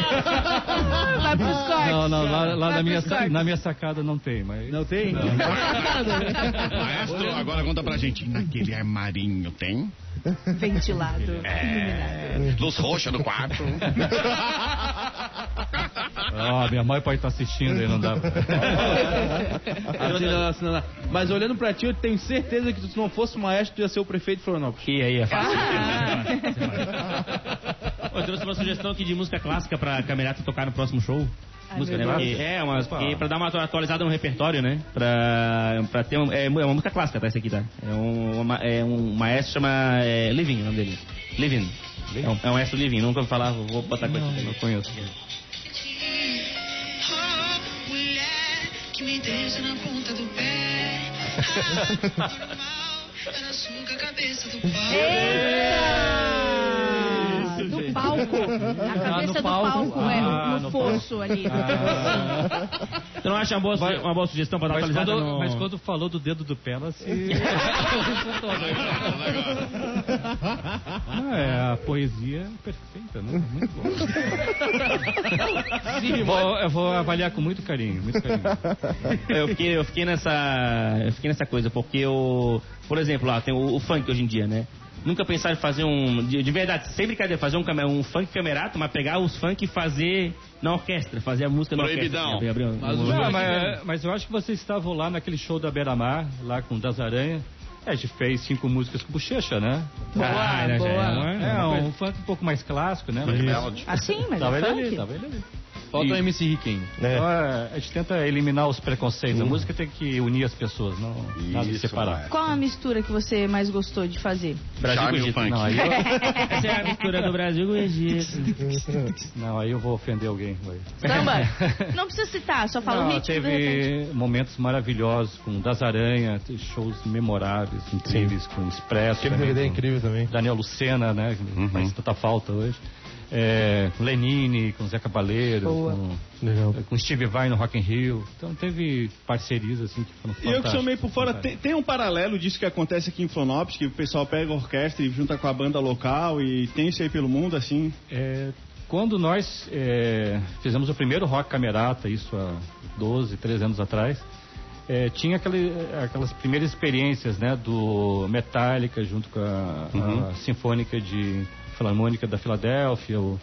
S2: Vai pros
S8: é.
S2: cortes.
S8: Não, não, lá, lá
S2: Vai
S8: na, minha,
S2: pros
S8: sa-
S2: cortes.
S8: na minha sacada não tem, mas.
S6: Não tem?
S1: Maestro, agora conta pra gente. Aquele armarinho tem?
S2: Ventilado. Iluminado.
S1: É. Luz roxa no quarto.
S8: Ah, minha mãe pode estar assistindo aí, não
S6: <laughs>
S8: dá.
S6: Assina lá, assina lá. Mas olhando pra ti, eu tenho certeza que tu, se não fosse maestro, tu ia ser o prefeito de Florianópolis.
S3: Que aí é fácil. Eu trouxe uma sugestão aqui de música clássica pra Camerata tocar no próximo show.
S2: Ai,
S3: música, né?
S2: meu Deus.
S3: Porque- é, uma, porque pra dar uma atualizada no repertório, né? Pra, pra ter um, é, mu- é uma música clássica, tá? Essa aqui, tá? É um, uma- é um maestro chama é, Living, o nome dele. Living. É um, é um maestro Living, nunca ouvi falar, vou vou botar com aqui. Não conheço.
S11: Oh, mulher que me deixa na ponta do pé. Ah, mal, ela suga a cabeça do pau.
S2: Eita! Do palco. A cabeça do palco, é.
S8: Ah,
S2: no
S8: no
S2: fosso ali.
S3: Tu não acha uma boa, suge- uma boa sugestão pra dar uma
S8: Mas
S3: atualizada
S8: quando,
S3: no...
S8: mas quando falou do dedo do pé, <laughs> ela se. Ah, é a poesia perfeita, né? Muito bom. Vou- eu vou avaliar com muito carinho, muito carinho.
S3: eu fiquei, eu fiquei nessa. Eu fiquei nessa coisa, porque eu. Por exemplo, lá tem o, o funk hoje em dia, né? Nunca pensaram em fazer um. De, de verdade, sem brincadeira, fazer um, came- um funk camerato, mas pegar os funk e fazer na orquestra, fazer a música na
S1: Proibidão.
S3: orquestra. Gabriel,
S6: Mas
S3: um-
S6: os
S8: Não, mas, é- mas eu acho que vocês estavam lá naquele show da Beira Mar, lá com o Das Aranha. É, a gente fez cinco músicas com bochecha, né?
S3: Ah, né, já é uma-
S8: É, um funk um pouco mais clássico, né? Mas-
S2: Assim, mas
S8: Tava
S2: é
S8: ele
S2: funk.
S8: ali, tava ele ali.
S6: Falta um o
S8: E-
S6: MC Riquinho.
S5: É.
S8: Então, é, a gente tenta eliminar os preconceitos. A música tem que unir as pessoas, não nada de
S1: Isso,
S8: separar.
S2: Qual a mistura que você mais gostou de fazer?
S3: Brasil com
S1: Charme o
S3: Egito.
S1: funk.
S8: Não aí, eu,
S3: Essa é a mistura do Brasil com o Egito.
S8: não, aí eu vou ofender alguém. vai.
S2: Samba?
S8: <laughs>
S2: Não precisa citar, só fala o
S8: Não,
S2: ritmo de repente.
S8: teve momentos maravilhosos com Das Aranha, teve shows memoráveis, incríveis, com Expresso.
S5: Aquele
S8: também,
S5: DVD é
S8: com-
S5: incrível também.
S8: Daniel Lucena, né? que
S1: Uhum.
S8: Faz tanta falta hoje. É, com Lenine, com Zé Cabaleiro, com, é,
S5: Legal.
S8: com Steve Vai no Rock in Rio. Então teve parcerias assim que
S4: E eu
S8: foram
S4: que
S8: fantásticas.
S4: sou meio por fora, tem, tem um paralelo disso que acontece aqui em Florianópolis, que o pessoal pega a orquestra e junta com a banda local e tem isso aí pelo mundo, assim.
S8: É, quando nós é, fizemos o primeiro rock camerata, isso há 12, 13 anos atrás, é, tinha aquele- aquelas primeiras experiências né, do Metallica junto com a, a Sinfônica de Filarmônica da Filadélfia, o,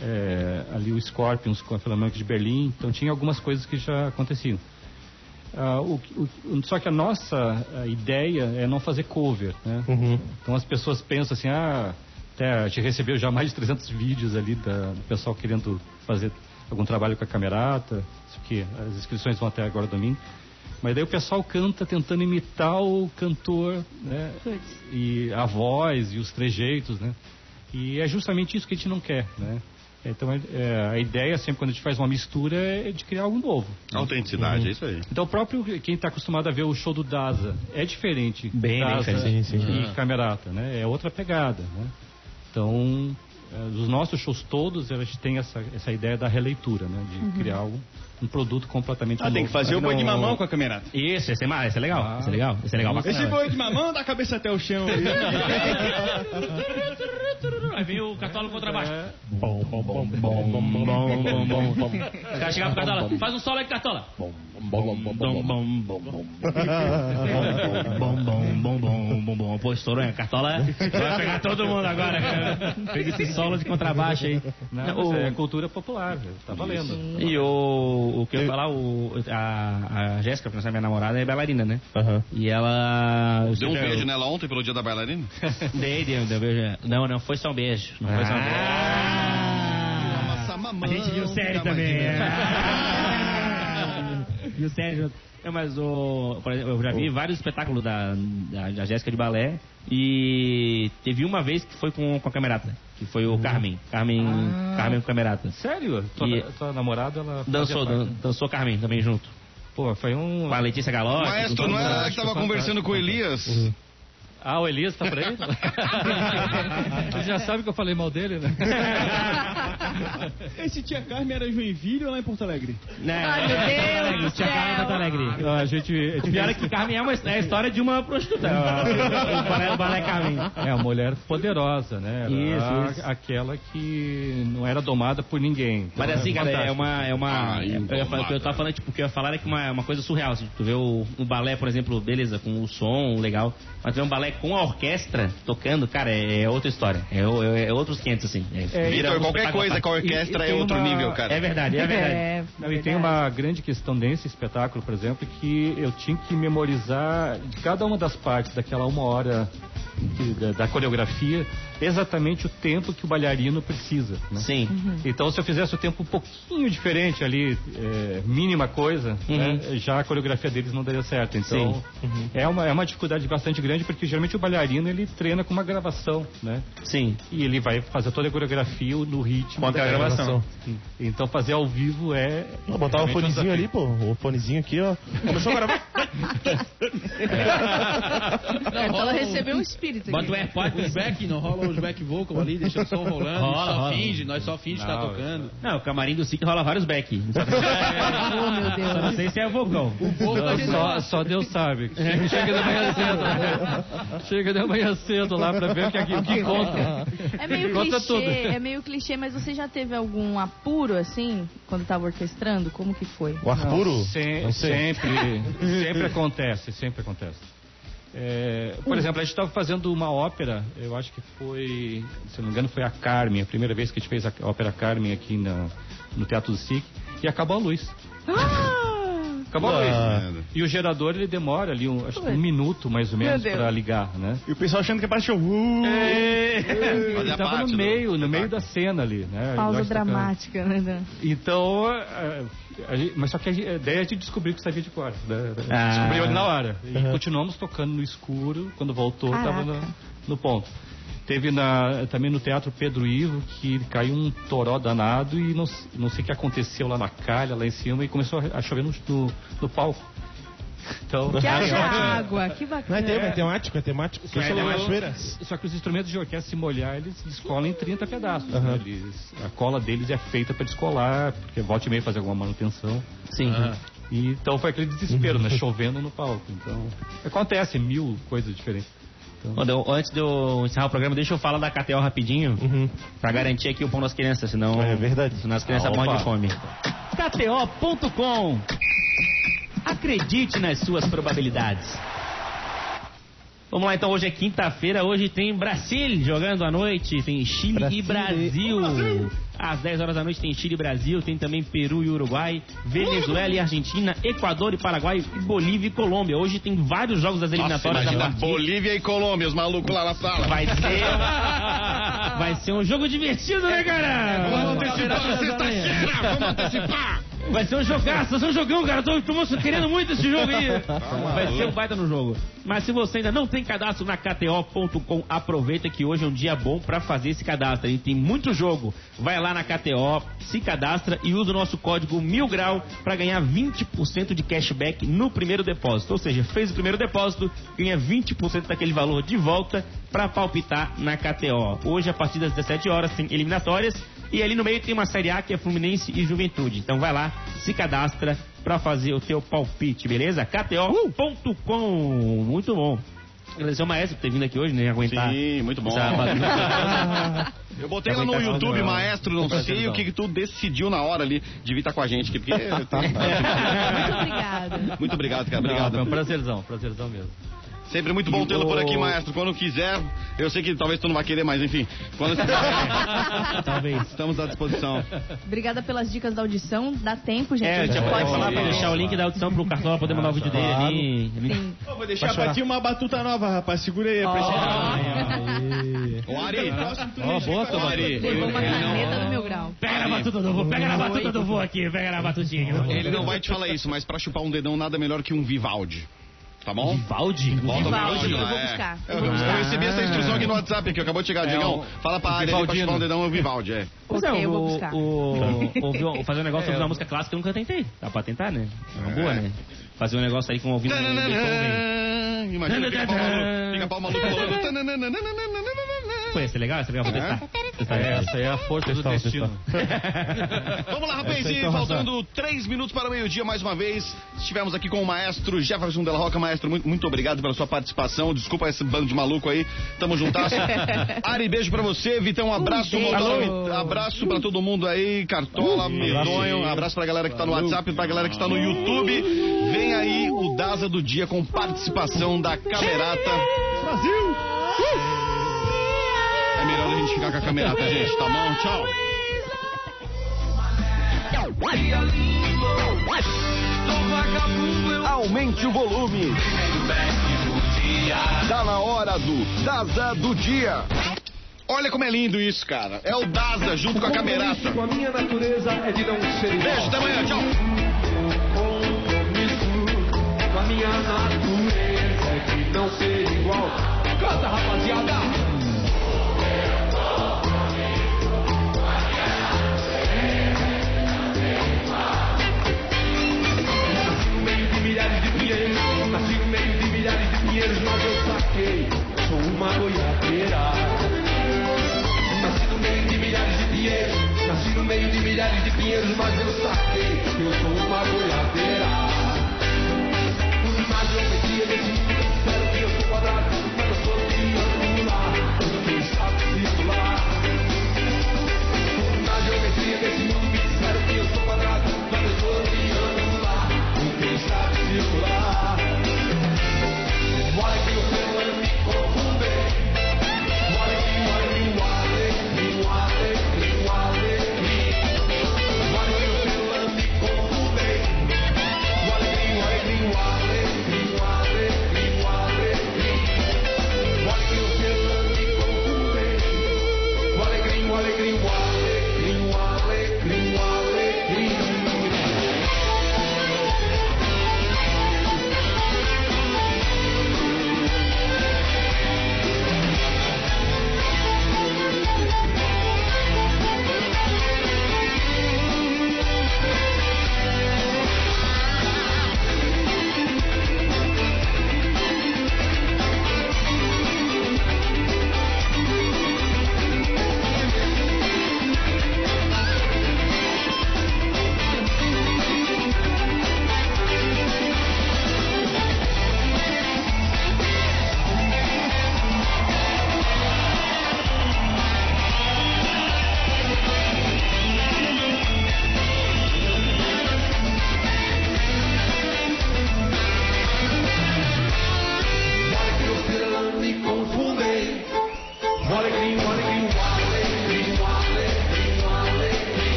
S8: é, ali o Scorpions com a Filarmônica de Berlim. Então tinha algumas coisas que já aconteciam. Ah, o- o- só que a nossa a ideia é não fazer cover, né? Então as pessoas pensam assim, ah, até a gente recebeu já mais de 300 vídeos ali da, do pessoal querendo fazer algum trabalho com a camerata, isso que as inscrições vão até agora domingo. Mas daí o pessoal canta tentando imitar o cantor, né? E a voz e os trejeitos, né? E é justamente isso que a gente não quer, né? Então é- é, a ideia sempre quando a gente faz uma mistura é de criar algo novo.
S1: Autenticidade, é isso aí.
S8: Então, o próprio quem está acostumado a ver o show do Daza é diferente.
S3: Bem, bem
S8: Daza
S3: diferente.
S8: e Camerata, né? É outra pegada, né? Então, Nos nossos shows todos, a gente tem essa, essa ideia da releitura, né? De
S4: Uhum.
S8: criar algo, um produto completamente
S4: Ah,
S8: novo. né? Ah.
S4: tem que fazer o boi de mamão com a camerata.
S3: Isso, esse é, ma- esse é legal. Esse é legal. Esse é legal. bacana.
S4: Esse boi de mamão dá a cabeça até
S6: <laughs>
S4: o chão.
S3: Aí vem o católogo contrabaixo.
S11: Bom, bom, bom, bom,
S3: bom, bom, bom, bom, bom. Os caras chegavam pro Cartola,
S11: Bom,
S3: faz um solo aí, Cartola.
S11: bom, bom, bom, bom.
S3: Bom, bom, bom, bom, bom, bom. Pô, estourou, hein? Cartola vai pegar Tá todo mundo agora. cara. Pega esse solo de contrabaixo aí.
S8: Não,
S3: Não,
S8: mas é
S3: o-
S8: cultura popular, tá valendo.
S3: E o, o que eu ia falar, o, a, a Jéssica, nossa minha namorada, é bailarina, né? E ela.
S1: Deu um
S3: eu-
S1: beijo nela ontem pelo dia da bailarina?
S3: <laughs> Dei, dei, dei um beijo. Não, não, foi só um beijo. Não foi só um beijo.
S1: Ah! a gente
S3: viu sério também.
S1: né?
S3: é. viu sério junto. Não, mas o, por exemplo, eu já vi vários espetáculos da, da, da Jéssica de balé e teve uma vez que foi com, com a camerata, que foi o Carmen. Carmen, Carmen com camerata.
S8: Sério? Tua,
S3: E-
S8: tua namorada, ela fazia
S3: Dançou, né?
S8: parte.
S3: dan, dançou Carmen também junto.
S8: Pô, foi um.
S3: Com a Letícia Galotti.
S1: Maestro,
S8: é
S1: não era ela que tava conversando com o Elias?
S8: Ah, o Elias tá por
S3: <laughs>
S8: aí?
S10: Ele já sabe que eu falei mal dele, né?
S4: Esse tia Carmen era em Joinville ou lá em Porto Alegre?
S3: Não, é, Ai, meu Deus Porto Alegre, tia do Carmen céu. Porto Alegre.
S8: a gente, a
S3: O
S8: gente
S3: pior é que Carmen é, uma, é a história de uma prostituta. o balé, o balé Carmen.
S8: É, a mulher poderosa, né? Era
S3: Isso, isso.
S8: a- Aquela que não era domada por ninguém. Então,
S3: Mas assim, cara, é
S8: fantástico.
S3: uma. É uma
S8: Ah,
S3: é- eu, ia falar- o que eu tava falando, tipo, o que eu ia falar é que uma, uma coisa surreal. Assim, tu vê o, um balé, por exemplo, beleza, com o som legal. Mas tu vê um balé com a orquestra tocando, cara, é, é outra história. É, o- é- é outros 500, assim. É,
S8: É,
S3: vira
S8: Vitor,
S3: um
S8: qualquer
S3: espetáculo
S8: coisa
S3: à parte.
S8: com a orquestra
S3: E- e
S8: é
S3: tem
S8: outro nível, cara.
S3: É verdade, é verdade.
S8: É, Não, e tem uma grande questão desse espetáculo, por exemplo, que eu tinha que memorizar de cada uma das partes daquela uma hora que- da, da coreografia exatamente o tempo que o bailarino precisa. Né?
S3: Sim.
S8: Então, se eu fizesse o tempo um pouquinho diferente ali, é, mínima coisa, né, já a coreografia deles não daria certo. Então,
S3: Uhum. Sim. Uhum.
S8: é uma, é uma dificuldade bastante grande porque geralmente o bailarino ele treina com uma gravação, né?
S3: Sim.
S8: E ele vai fazer toda a coreografia no ritmo
S5: Com aquela
S8: da
S5: gravação.
S8: Sim. Então fazer ao vivo é.
S5: Vou botar o
S8: realmente um
S5: fonezinho
S8: desafio.
S5: ali, pô. O fonezinho aqui, ó. Começou a <laughs> gravar.
S2: Cartola recebeu um espírito.
S6: Bota o
S2: aqui.
S6: AirPod é os back, não rola os back vocal ali, deixa o som rolando,
S3: Rola,
S6: só
S3: rola.
S6: finge, nós só finge que tá
S3: Não,
S6: tocando.
S3: Não, o camarim do SIC rola vários back. Só não-
S2: Ah,
S3: Só não sei se é vocal.
S10: Só, só Deus
S3: <laughs>
S10: sabe. Chega de manhã cedo. Chega de manhã cedo lá pra ver o que, o que conta.
S2: É meio
S10: Conta
S2: clichê,
S10: tudo.
S2: é meio clichê, mas você já teve algum apuro assim quando tava orquestrando? Como que foi?
S5: O Arturo?
S8: Não, se-
S5: Não sei. <laughs>
S8: sempre, sempre acontece, sempre acontece. É,
S5: Hum.
S8: por exemplo, a gente estava fazendo uma ópera, eu acho que foi, se eu não me engano, foi a Carmen, a primeira vez que a gente fez a ópera Carmen aqui na- no Teatro do SIC, e acabou a luz. Acabou a
S5: Ah.
S8: luz. E o gerador ele demora ali um, acho que um
S5: Ué.
S8: minuto mais ou
S5: Meu
S8: menos
S5: Deus.
S8: para ligar, né?
S4: E o pessoal achando que é pra show.
S8: <laughs> Ele tava no meio, no meio da cena ali, né?
S2: Pausa
S8: Nós tocando.
S2: dramática, né? Dan?
S8: Então, a- a gente- mas só que a gente- a ideia é de descobrir que sabia de cor. Né?
S3: Ah.
S8: Descobriu ali na hora. E
S3: Uhum.
S8: continuamos tocando no escuro. Quando voltou,
S3: Caraca.
S8: estava no, no ponto. Teve na- também no Teatro Pedro Ivo que caiu um toró danado e não, s- não sei o que aconteceu lá na calha, lá em cima, e começou a chover no, no, no palco. Então,
S2: Que haja
S8: é ótimo.
S2: água, que bacana.
S5: Não, tem, é temático, é temático.
S8: Só
S5: Só
S8: que,
S5: são
S8: eu-
S5: cachoeiras.
S8: só que os instrumentos de orquestra, se molhar, eles descolam em 30 pedaços. né? Eles- a cola deles é feita para descolar, porque volta e meia fazer alguma manutenção.
S3: Sim.
S8: E, então foi aquele desespero,
S3: Uhum.
S8: né? Chovendo no palco. Então, acontece mil coisas diferentes.
S3: Ô, Dan, Antes de eu encerrar o programa, deixa eu falar da KTO rapidinho,
S5: Uhum.
S3: pra garantir aqui o pão das crianças, senão... É verdade. Senão as crianças
S8: Ah,
S3: morrem
S8: opa.
S3: de fome. KTO.com Acredite nas suas probabilidades. Vamos lá então, hoje é quinta-feira, hoje tem Brasil jogando à noite, tem Chile e Brasil. Às 10 horas da noite tem Chile e Brasil, tem também Peru e Uruguai, Venezuela e Argentina, Equador e Paraguai, Bolívia e Colômbia. Hoje tem vários jogos das eliminatórias
S1: Nossa,
S3: da
S1: imagina
S3: partida.
S1: Bolívia e Colômbia, os malucos lá na sala.
S3: Vai
S1: <laughs>
S3: ser. Vai ser um jogo divertido, né,
S1: tá
S3: cara?
S1: Vamos antecipar a sexta-feira, vamos antecipar.
S3: Vai ser um jogaço, vai ser um jogão, cara. Tô, tô querendo muito esse jogo aí. Vai ser um baita no jogo. Mas se você ainda não tem cadastro na KTO.com, aproveita que hoje é um dia bom pra fazer esse cadastro. A gente tem muito jogo. Vai lá na KTO, se cadastra e usa o nosso código MILGRAU pra ganhar 20% de cashback no primeiro depósito. Ou seja, fez o primeiro depósito, ganha 20% daquele valor de volta pra palpitar na KTO. Hoje, a partir das 17 horas, tem eliminatórias. E ali no meio tem uma Série A que é Fluminense e Juventude. Então vai lá, se cadastra pra fazer o teu palpite, beleza? KTO.com. um Muito bom. Agradecer ao Maestro por ter vindo aqui hoje, né?
S2: Tá.
S3: Aguentar.
S1: Sim, muito bom. Eu botei lá no
S3: Aguentar essa
S2: um
S1: YouTube,
S3: dor.
S1: maestro, não sei o que, que tu decidiu na hora ali de vir estar com a gente aqui,
S2: <laughs>
S1: porque.
S2: Tá.
S9: Obrigada.
S1: muito obrigado, cara.
S10: Não,
S1: Obrigado.
S10: foi um prazerzão, prazerzão mesmo.
S1: Sempre muito bom tê-lo por aqui, maestro. Quando quiser, eu sei que talvez tu não vai querer, mas enfim.
S2: <laughs>
S1: Quando você quiser,
S3: talvez.
S1: Estamos à disposição.
S2: Obrigada pelas dicas da audição. Dá tempo, gente.
S3: É,
S2: a
S3: eu
S2: gente
S3: tinha
S2: pode
S3: pode falar pra
S2: também.
S3: deixar o link da audição pro Cartola poder mandar o vídeo dele ali.
S2: Sim.
S4: Ó, vou deixar
S3: Vai chorar.
S4: pra ti uma batuta nova, rapaz. Segura aí,
S1: Ô,
S2: Tá.
S1: Ari.
S4: Ó, boa,
S2: Levou uma caneta no meu grau.
S3: Pega na batuta do voo, pega na batuta do voo aqui, pega na batutinha aqui.
S1: Ele não vai te falar isso, mas pra chupar um dedão, nada melhor que um Vivaldi. Tá bom?
S3: Vivaldi?
S1: Bota o
S2: Vivaldi,
S1: Vivaldi
S2: eu
S1: lá,
S2: vou
S1: é.
S2: buscar. É
S1: Eu, eu recebi essa instrução aqui no WhatsApp, que acabou de chegar. Digão, fala pra área ali pra chupar um dedão, é o Vivaldi, é.
S3: Pois é,
S2: Ok, eu vou
S3: o,
S2: buscar.
S3: o, o viol- fazer um negócio sobre uma música clássica eu nunca tentei. Dá pra tentar, né? É uma boa, né? Fazer um negócio aí com o ouvido do Beethoven.
S1: Imagina, fica pau maluco. Fica pau maluco. rolando.
S3: Foi, esse é legal? Esse é legal, vou tentar.
S10: Essa é a força do destino.
S1: Vamos lá, rapaz,
S10: Essa aí
S1: e
S10: tá arrasando.
S1: faltando três minutos para o meio-dia mais uma vez. Estivemos aqui com o maestro Jefferson Della Roca. Maestro, muito, muito obrigado pela sua participação. Desculpa esse bando de maluco aí. Tamo <laughs> juntasso. Ari, beijo pra você. Vitão, um abraço.
S2: beijo.
S1: Montalvo, abraço pra todo mundo aí. Cartola, Medonho. Um abraço pra galera que tá no WhatsApp, pra galera que está no YouTube. Vem aí o Daza do Dia com participação da Camerata. Brasil! É melhor a gente ficar com a Camerata, gente. Tá bom? Tchau. Aumente o volume. Tá na hora do Daza do Dia. Olha como é lindo isso, cara. É o Daza junto com a
S4: <laughs>
S1: camerata.
S11: a minha natureza é de não ser igual.
S1: Beijo, até amanhã, tchau.
S11: Compromisso com a minha natureza é de não ser igual. Canta, rapaziada! Nasci no meio de milhares de pinheiros, nasci no meio de milhares de pinheiros, mas eu saquei, sou uma goiabeira. Nasci no meio de milhares de pinheiros, nasci no meio de milhares de pinheiros, mas eu saquei que eu sou uma goiabeira. Mas eu pedi elegi, espero que eu sou quadrado, mas eu sou triangular, eu quem sabe circular. Mas eu pedi elegi, espero que eu sou quadrado, mas eu sou triangular, eu quem sabe circular. Why do you feel when we confundem? Why do you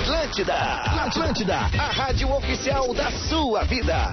S12: Atlântida, Atlântida, a rádio oficial da sua vida.